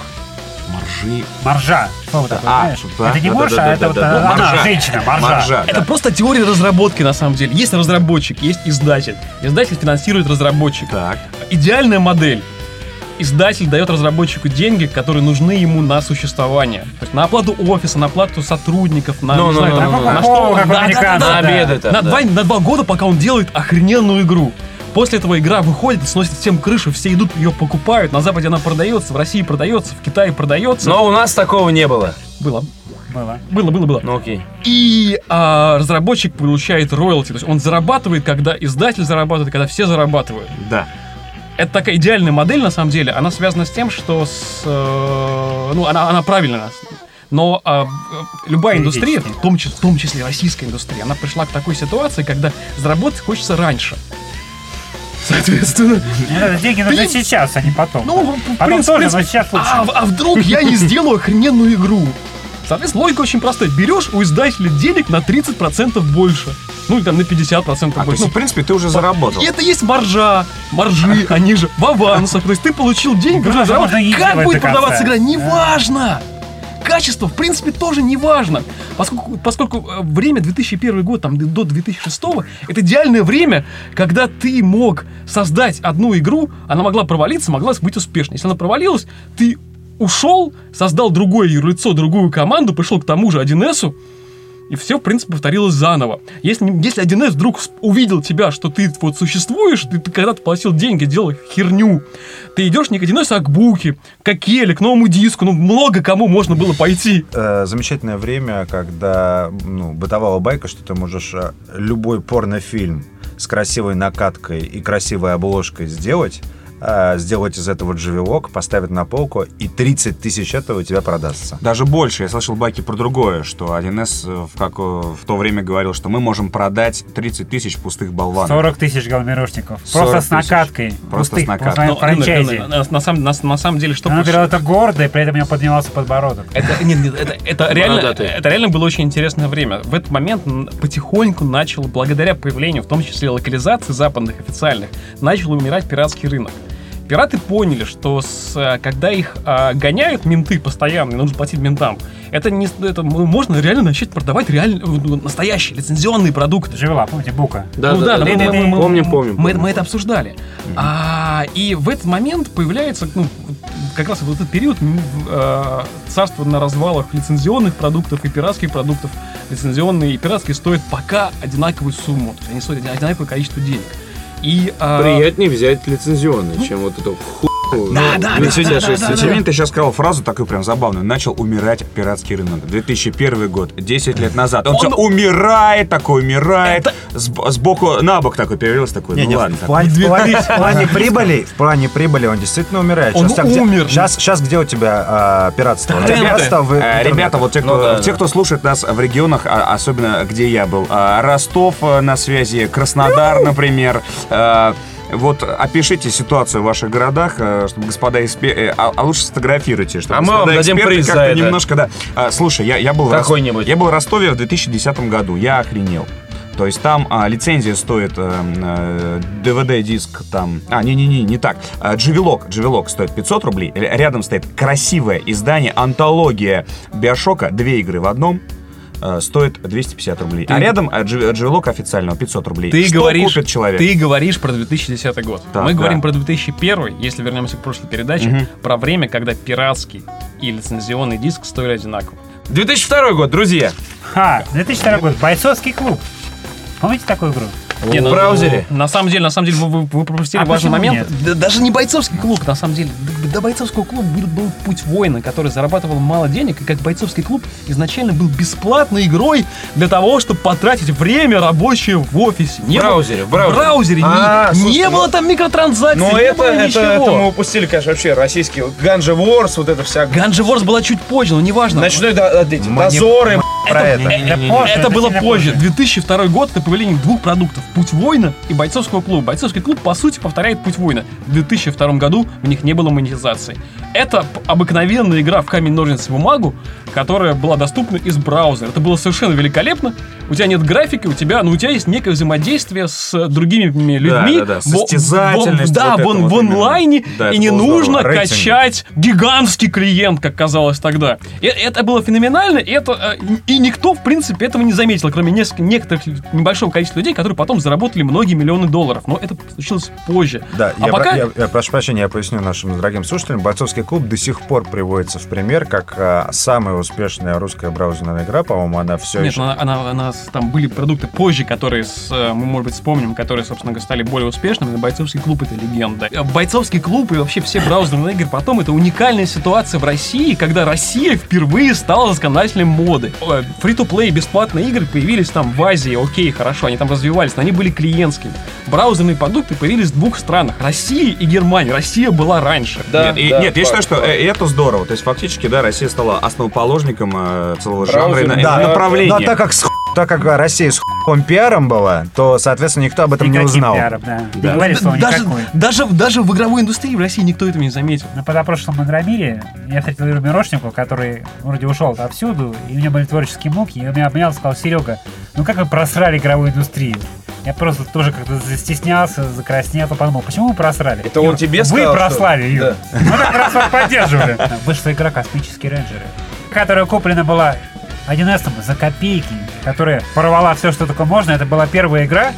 Моржи.
маржа. Слово такое,
А,
знаешь?
да,
это не
да,
маржа,
да, да,
это
да,
вот
да, да,
она,
маржа.
женщина, маржа.
Моржа.
Это просто теория разработки, на самом деле. Есть разработчик, есть издатель. Издатель финансирует разработчика.
Так.
идеальная модель. Издатель дает разработчику деньги, которые нужны ему на существование. То есть на оплату офиса, на оплату сотрудников, на,
Ну,
не
ну,
знаю,
ну,
там,
ну, ну,
на
ну. Какого
что. Да, да, да,
американца,
да.
На обеды там,
На
да.
два- на два года, пока он делает охрененную игру. После этого игра выходит, сносит всем крышу, все идут, ее покупают. На Западе она продается, в России продается, в Китае продается.
Но у нас такого не было.
Было,
Было.
было, было, было.
Ну окей.
И а, разработчик получает роялти. То есть он зарабатывает, когда издатель зарабатывает, когда все зарабатывают.
Да.
Это такая идеальная модель, на самом деле. Она связана с тем, что с, э, ну, она, она правильная. Но а, э, любая индустрия, в том, числе, в том числе российская индустрия, она пришла к такой ситуации, когда заработать хочется раньше. соответственно.
Ну, это деньги нужны
Блин.
сейчас, а не потом.
Ну, в- в
Потом
принципе,
тоже,
в принципе.
но сейчас лучше.
А, а вдруг я не сделаю охрененную игру? Соответственно, логика очень простая. Берешь у издателя денег на 30% больше. Ну, или там на 50%
А, то
больше.
есть, ну, в принципе, ты уже заработал.
И это есть маржа, маржи, они же в авансах. То есть ты получил деньги,
Игра
уже заработал.
можно игрывать
как
до
будет продаваться
конца.
игра, неважно. Качество, в принципе, тоже не важно, поскольку, поскольку э, время 2001 год, там, до 2006, это идеальное время, когда ты мог создать одну игру, она могла провалиться, могла быть успешной. Если она провалилась, ты ушел, создал другое юрлицо, другую команду, пришел к тому же 1С, и все, в принципе, повторилось заново. Если, не- если 1С вдруг с- увидел тебя, что ты вот существуешь, ты, ты когда-то платил деньги, делал херню, ты идешь не к 1С, а к Буке, к Акеле, к новому диску, ну, много кому можно было пойти.
э, замечательное время, когда ну, бытовала байка, что ты можешь э, любой порнофильм с красивой накаткой и красивой обложкой сделать, э, сделать из этого джавелок, поставить на полку, и 30 тысяч этого у тебя продастся.
Даже больше. Я слышал байки про другое, что 1С в, как, э, в то время говорил, что мы можем продать 30 тысяч пустых болванов.
40 тысяч галмирошников.
40
Просто с
тысяч.
накаткой.
Просто с
Пустых,
накаткой.
ну,
Ну,
потому что она франчайзи.
на, на- на самом, на- на самом деле, что
Она
происходит?
говорила это гордо, и при этом у нее поднимался подбородок.
Это, нет, нет, это, это реально,
Бородатые.
это реально было очень интересное время. В этот момент м, потихоньку начал, благодаря появлению, в том числе локализации западных официальных, начал умирать пиратский рынок. Пираты поняли, что с, э, когда их а, гоняют менты постоянно, и нужно платить ментам, это не с- это м- можно реально начать продавать реально ну, настоящие лицензионные продукты.
Жила, помните, Бука?
Да,
Ну да,
да, да,
мы-
да.
мы- мы-
Помним, помним.
Мы,
помним.
мы это обсуждали. А, и в этот момент появляется, ну, вот как раз вот этот период м, в, э, царство на развалах лицензионных продуктов и пиратских продуктов. Лицензионные и пиратские стоят пока одинаковую сумму. То есть они стоят одинаковое количество денег. И, а,
Приятнее взять лицензионный, чем вот эту ху...
Ну. Да, да, да, да, да, да, да.
Семен, ты сейчас сказал фразу такую прям забавную. Начал умирать пиратский рынок. 2001 год, 10 лет назад. Он,
Он-
всё умирает, такой умирает. Сб- сбоку на бок такой перевелся, такой, ну ладно.
в, плане, в плане- в плане прибыли, в плане прибыли он действительно умирает.
Он
там где-
умер.
Сейчас, сейчас где у тебя а, пиратство? У тебя
Ребята,
пиратство в
э,
интернете.
ребята, вот те, кто,
Ну да,
те,
да.
кто слушает нас в регионах, а, особенно где я был, а, Ростов э, на связи, Краснодар, например. э, Вот опишите ситуацию в ваших городах, э, чтобы господа эксперты, а, а лучше сфотографируйте, чтобы
А мы вам
господа
дадим
эксперты
приз за
как-то
это.
немножко, да. А, Слушай, я, я был в Рос-
Какой-нибудь.
я был в Ростове в 2010 году, я охренел. То есть там а, лицензия стоит э, DVD-диск там... А, не-не-не, не так. А, Дживелок, Дживелок стоит 500 рублей. Р- Рядом стоит красивое издание, антология Биошока, две игры в одном, э, стоит 250 рублей. А рядом э, Джи- э, Дживелок официального 500 рублей.
ты
Что
говоришь,
купит человек?
ты говоришь про 2010 год.
Так,
Мы
да.
говорим про 2001, если вернемся к прошлой передаче,
Мгм.
про время, когда пиратский и лицензионный диск стоили одинаково.
2002 год, друзья.
Ха, 2002 год, бойцовский клуб. Помните такую игру?
Не, ну,
браузере?
На самом деле, на самом деле, вы, вы- вы пропустили
А почему
важный момент.
нет?
Да даже не бойцовский
Бойцовский клуб, на самом деле, д- до бойцовского клуба был, был путь воина, который зарабатывал мало денег, и как бойцовский клуб изначально был бесплатной игрой для того, чтобы потратить время рабочее в офисе. Не
В
было-
браузере, в
в
браузере.
браузере. не-
А,
не,
слушай, ну-
было там микротранзакций,
Но
не
это,
было
это,
ничего.
это мы упустили, конечно, вообще российский. Ганжа Ворс, вот это вся.
Ганжи Ворс была чуть позже, но неважно.
Ночной до- эти,
Мы не-
дозоры.
Про это.
Это позже,
Э, Это было
сильно
позже. 2002 год это появление двух продуктов. Путь воина и бойцовского клуба. Бойцовский клуб, по сути, повторяет путь воина. В 2002 году в них не было монетизации. Это п- обыкновенная игра в камень, ножницы, бумагу, которая была доступна из браузера. Это было совершенно великолепно. У тебя нет графики, у тебя, ну, у тебя есть некое взаимодействие с э, другими людьми.
да, да,
Во-
состязательность,
во- Да,
вот это
вон-
вот
в
именно.
онлайне.
Да, это
И не
было здорово.
нужно
Рейтинги.
качать стать гигантский клиент, как казалось тогда. И это было феноменально, и, это, э, и никто, в принципе, этого не заметил, кроме неск- некоторых небольшого количества людей, которые потом заработали многие миллионы долларов. Но это случилось позже.
Да,
а
я,
пока...
про- я- я прошу прощения, я поясню нашим дорогим слушателям. Бойцовский клуб до сих пор приводится в пример как а, самая успешная русская браузерная игра. По-моему, она все
Нет,
еще...
ну, она, она- она с- там были продукты позже, которые с, э, мы, может быть, вспомним, которые, собственно, говоря, стали более успешными, но бойцовский клуб это легенда. Э, Бойцовский клуб и вообще все браузерные игры потом это уникальная ситуация в России, когда Россия впервые стала законодателем моды. Э, Фри-то-плей бесплатные игры появились там в Азии, окей, хорошо, они там развивались, но они были клиентскими. Браузерные продукты появились в двух странах, России и Германии. Россия была раньше.
нет, и- нет, я считаю, что э, это здорово. То есть фактически, да, Россия стала основоположником э, целого
Браузер,
жанра и на-
Ну
и
да.
направления.
Но так как с хуй так как Россия с хуевым пиаром была, то, соответственно, никто об этом не
Никаким
узнал.
пиаром, да. Не говори слово
Даже,
никакой.
даже, даже в игровой индустрии в России никто этого не заметил.
На подопрошлом Игромире я встретил Юру Мирошникова, который вроде ушел отовсюду, и у него были творческие муки, и он меня обнял и сказал, Серега, ну как вы просрали игровую индустрию? Я просто тоже как-то застеснялся, закраснел, подумал, почему вы просрали?
Это он тебе
Вы
сказал, что ли?
прослали, Юра. Мы Ну, так раз вас поддерживали. Вышла игра «Космические рейнджеры», которая куплена была 1С за копейки, которая порвала все, что только можно. Это была первая игра,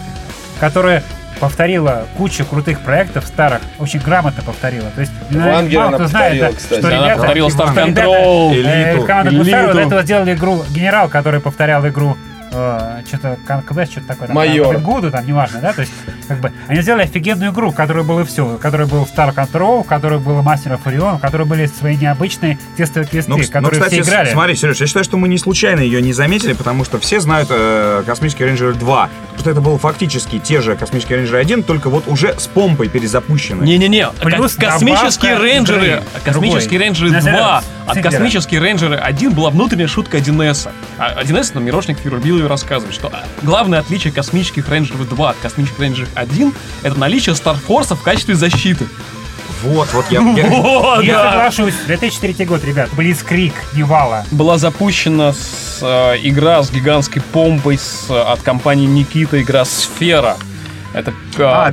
которая повторила кучу крутых проектов старых, очень грамотно повторила. То есть, наверное,
Вангер
мало
она
кто знает,
повторила, кстати.
что
Она
ребята... типа,
повторила Star
что ребята,
Control,
э,
Элиту,
Команда Гусарова
Элиту.
до этого сделали игру «Генерал», который повторял игру э, что-то Conquest, что-то такое. там,
Майор.
Робин Гуду, там, неважно, да, то есть, как бы, они сделали офигенную игру, в которой было все, в которой был Star Control, в которой было Master of Orion, в которой были свои необычные тестовые квесты,
Ну, кс- ну,
которые
кстати,
все играли.
с- смотри, Сереж, я считаю, что мы не случайно ее не заметили, потому что все знают э, «Космический рейнджер 2», что это был фактически те же «Космический рейнджер 1», только вот уже с помпой перезапущены.
Не-не-не,
Плюс
ко- космические
добавка
рейнджеры,
игры.
космические
Другой.
рейнджеры
На
2, от
сервер.
космические рейнджеры 1 была внутренняя шутка 1С. А 1С, но Мирошник Фирубилове рассказывает, что а, главное отличие космических рейнджеров 2 от космических рейнджеров 1 это наличие Старфорса в качестве защиты.
Вот, вот я... я-
О,
Я
да!
соглашусь, 2003 год, ребят, Блицкрик, Невала.
была запущена с, э, игра с гигантской помпой с, э, от компании Никита, игра Сфера. Это э,
А,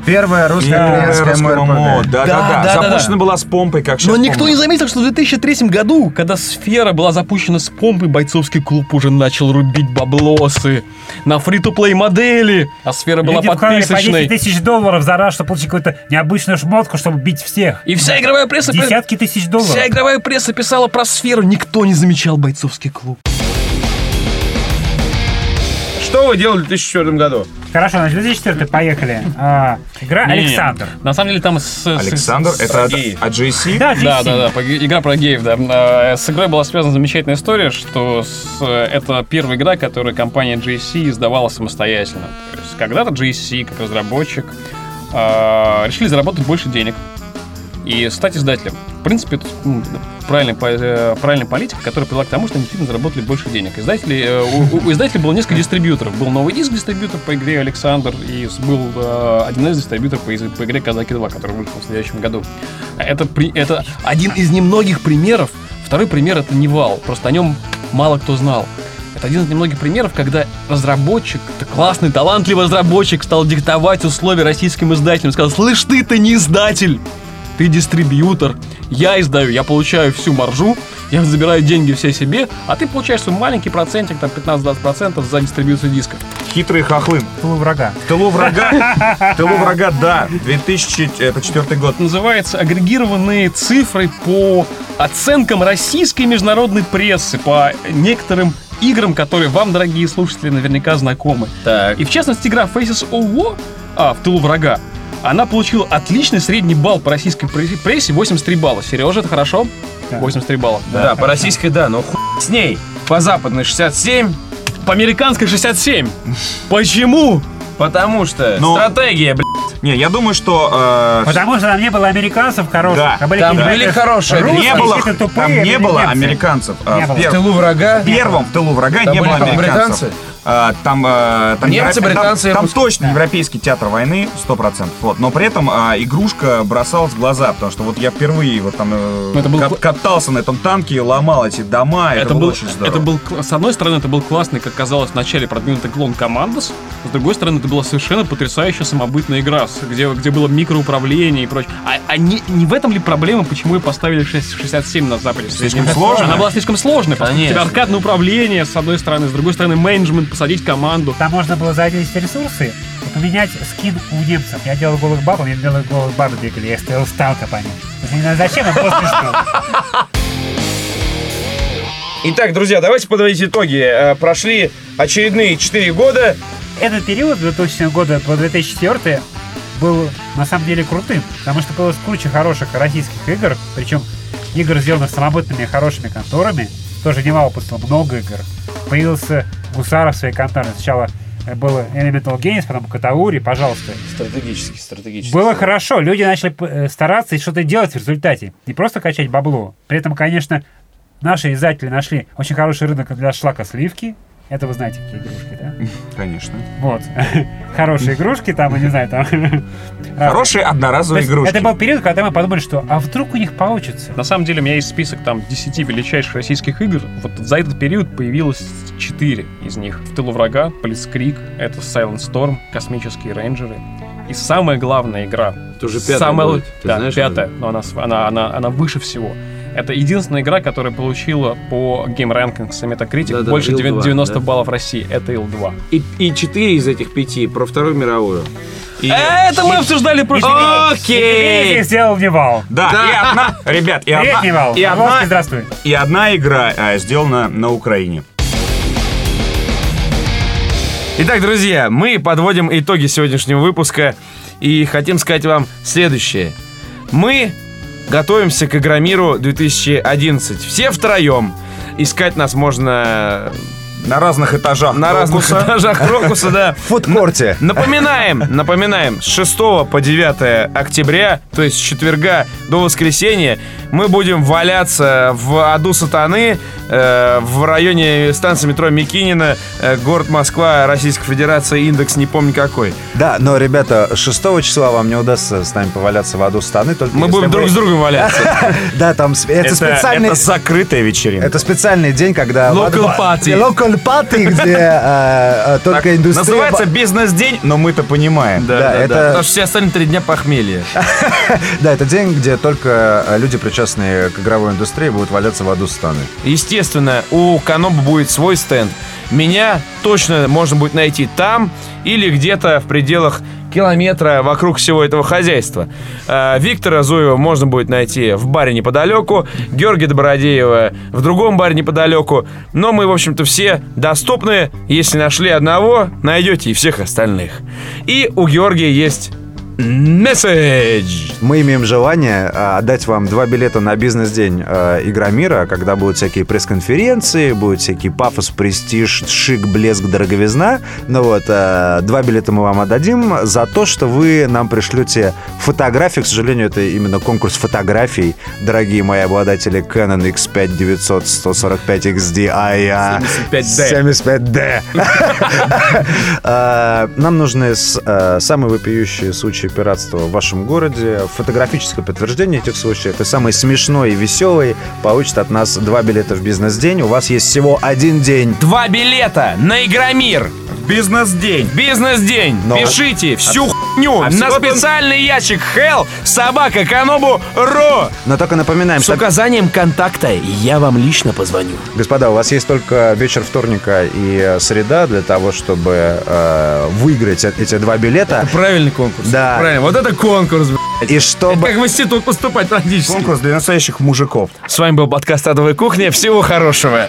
Первая
первая русская
русская ММО,
ММО.
Да-да-да.
Да-да-да.
Запущена была с помпой, как
Но
сейчас
никто
помню.
не заметил, что в 2003 году, когда сфера была запущена с помпой, бойцовский клуб уже начал рубить баблосы на фри-то-плей модели, а сфера была
Люди вкладывали по 10
подписочной.
тысяч долларов за раз, чтобы получить какую-то необычную шмотку, чтобы бить всех.
И вся игровая пресса...
Десятки тысяч
Вся
долларов.
игровая пресса писала про сферу, никто не замечал бойцовский клуб.
Что вы делали в 2004 году?
Хорошо, значит, 2004 поехали. А, игра
Не-не-не.
Александр.
На самом деле там с- с-
Александр,
с-
это от
Сергей.
от JC?
Да,
Да,
GC.
да, да, по- игра про геев, да. Э, С игрой была связана замечательная история, что с- э, это первая игра, которую компания GSC издавала самостоятельно. То есть когда-то GSC, как разработчик, э, решили заработать больше денег и стать издателем. В принципе, это ну, правильная, по- э, правильная политика, которая привела к тому, что они действительно заработали больше денег. Издатели, э, у, у издателей было несколько дистрибьюторов. Был новый диск дистрибьютор по игре «Александр» и с- был э, один из дистрибьюторов по, из- по игре «Казаки 2», который вышел в следующем году. Это, при, это
Один из немногих примеров. Второй пример это Невал. Просто о нем мало кто знал. Это один из немногих примеров, когда разработчик, т- классный, талантливый разработчик, стал диктовать условия российским издателям. Сказал, слышь, ты, ты не издатель, ты дистрибьютор. Я издаю, я получаю всю маржу, я забираю деньги все себе, а ты получаешь свой маленький процентик, там 15-20% за дистрибьюцию дисков.
Хитрые хохлы.
Тылу врага.
В тылу врага. В тылу врага, да. 2004 год.
называется агрегированные цифры по оценкам российской международной прессы, по некоторым играм, которые вам, дорогие слушатели, наверняка знакомы.
Так.
И в частности, игра Faces OWO, а, в тылу врага, она получила отличный средний балл по российской пре- прессе 83 балла. Сережа, это хорошо?
Да.
83 балла.
Да, по российской, да, но хуй с ней. По западной 67,
По американской 67. Почему?
потому что
Но-
стратегия, блядь.
Не, я думаю, что... э,
Потому что там не было американцев хороших,
Да,
а были
там
какие-то
были хорошие
русские,
не было,
какие-то тупые,
там не
были
было
немцы.
американцев.
Не
а, в
было.
пер-
В тылу врага.
первом в тылу врага
Там
не
были
было
там
американцев.
британцы?
А, Там, э, там
Немцы,
европе-
британцы,
там, там
русские.
точно европейский театр войны, 100%. Вот. Но при этом а, игрушка бросалась в глаза, потому что вот я впервые вот там э,
Ну, это был
кат-
кла-
катался на этом танке, ломал эти дома, это, было очень здорово.
это был, кл- с одной стороны, это был классный, как казалось, в начале продвинутый клон Командос, с другой стороны, это была совершенно потрясающая самобытная игра, с- где, где было микроуправление и прочее. А, а не, не в этом ли проблема, почему ее поставили 6 67 на Западе?
Слишком сложно.
Она была слишком сложной, поскольку у тебя
Конечно.
аркадное управление, с одной стороны, с другой стороны, менеджмент, посадить команду.
Там можно было залезть в ресурсы и поменять скин у немцев. Я делал голых баб, а у меня белые голых бабы бегали, я стоял с танка по ним. Я не знаю, зачем, а после что.
Итак, друзья, давайте подводить итоги. Э, Прошли очередные 4 года.
Этот период, с 2000 года по 2004, был на самом деле крутым, потому что было куча хороших российских игр, причем игр, сделанных самобытными хорошими конторами, тоже немало выпустило, много игр. Появился Гусаров в своей конторе. Сначала э, было Elemental Games, потом Катаури, пожалуйста.
Стратегически, стратегически.
Было хорошо, люди начали п- э, стараться и что-то делать в результате. Не просто качать бабло. При этом, конечно, наши издатели нашли очень хороший рынок для шлака сливки. Это вы знаете, какие игрушки, да?
Конечно.
Вот. Хорошие игрушки там, я не знаю, там.
Хорошие
То
одноразовые
есть
Ну, игрушки.
Это был период, когда мы подумали, что а вдруг у них получится?
На самом деле у меня есть список там 10 величайших российских игр. Вот за этот период появилось 4 из них. В тылу врага, Полискрик, это Silent Storm, Космические рейнджеры. И самая главная игра.
Это уже пятая
самая
будет,
лу-
ты
да,
знаешь,
пятая, но она, с- она, она, она выше всего. Это единственная игра, которая получила по Game Rankings и Metacritic
Да-да,
больше
Ил
9-
2,
90
да.
баллов России. Это Ил-2.
И, и четыре из этих пяти про Вторую мировую. И-
Э,
Это мы обсуждали прошлый
Окей!
Третий сделал Невал.
Да, и одна, ребят, и одна,
Третий Невал.
и одна,
Володька, здравствуй.
и одна игра э, сделана на Украине.
Итак, друзья, мы подводим итоги сегодняшнего выпуска и хотим сказать вам следующее. Мы готовимся к Игромиру 2011. Все втроем. Искать нас можно
На разных этажах.
на разных
Крокуса.
этажах Рокуса, да.
В фудкорте.
Напоминаем, напоминаем, с 6 по 9 октября, то есть с четверга до воскресенья, мы будем валяться в аду сатаны э, в районе станции метро Микинина, э, город Москва, Российская Федерация, индекс не помню какой.
Да, но, ребята, 6 числа вам не удастся с нами поваляться в аду станы. Только
Мы
если
будем
вы-
друг с другом валяться.
Да, там с- это,
Это,
специальный...
это закрытая вечеринка.
Это специальный день, когда...
Local party.
Local party, где э, э,
Так,
только индустрия...
Называется бизнес-день,
Ну,
но мы-то понимаем.
Да, это,
Потому что все остальные три дня похмелья.
да, это день, где только э, люди, причастные к игровой индустрии, будут валяться в аду станы.
Естественно, у Каноба будет свой стенд. Меня точно можно будет найти там или где-то в пределах километра вокруг всего этого хозяйства. Э, Виктора Зуева можно будет найти в баре неподалеку, Георгия Добродеева в другом баре неподалеку. Но мы, в общем-то, все доступны. Если нашли одного, найдете и всех остальных. И у Георгия есть месседж.
Мы имеем желание э, отдать вам два билета на бизнес-день э, Игромира, когда будут всякие пресс-конференции, будет всякий пафос, престиж, шик, блеск, дороговизна. Ну вот, э, два билета мы вам отдадим за то, что вы нам пришлете фотографии. К сожалению, это именно конкурс фотографий, дорогие мои обладатели Canon X5 900 145 XDI 75D. 75D. Э, Нам нужны с- э, самые вопиющие случаи пиратства в вашем городе, фотографическое подтверждение этих случаев и самый смешной и веселый получит от нас два билета в бизнес-день. У вас есть всего один день.
Два билета на Игромир.
Бизнес-день.
Бизнес-день.
Но-
Пишите всю хуйню
а
на
всего-то он-
специальный ящик hell собака канобу ро
Но только напоминаем,
с
что,
указанием контакта я вам лично позвоню.
господа, у вас есть только вечер вторника и э, среда для того, чтобы э, выиграть э- эти два билета.
Правильный конкурс.
Да.
Правильно. Вот это конкурс. б***ь.
И чтобы...
Как в институт поступать практически.
Конкурс для настоящих мужиков.
С вами был подкаст «Адовая кухня». Всего хорошего.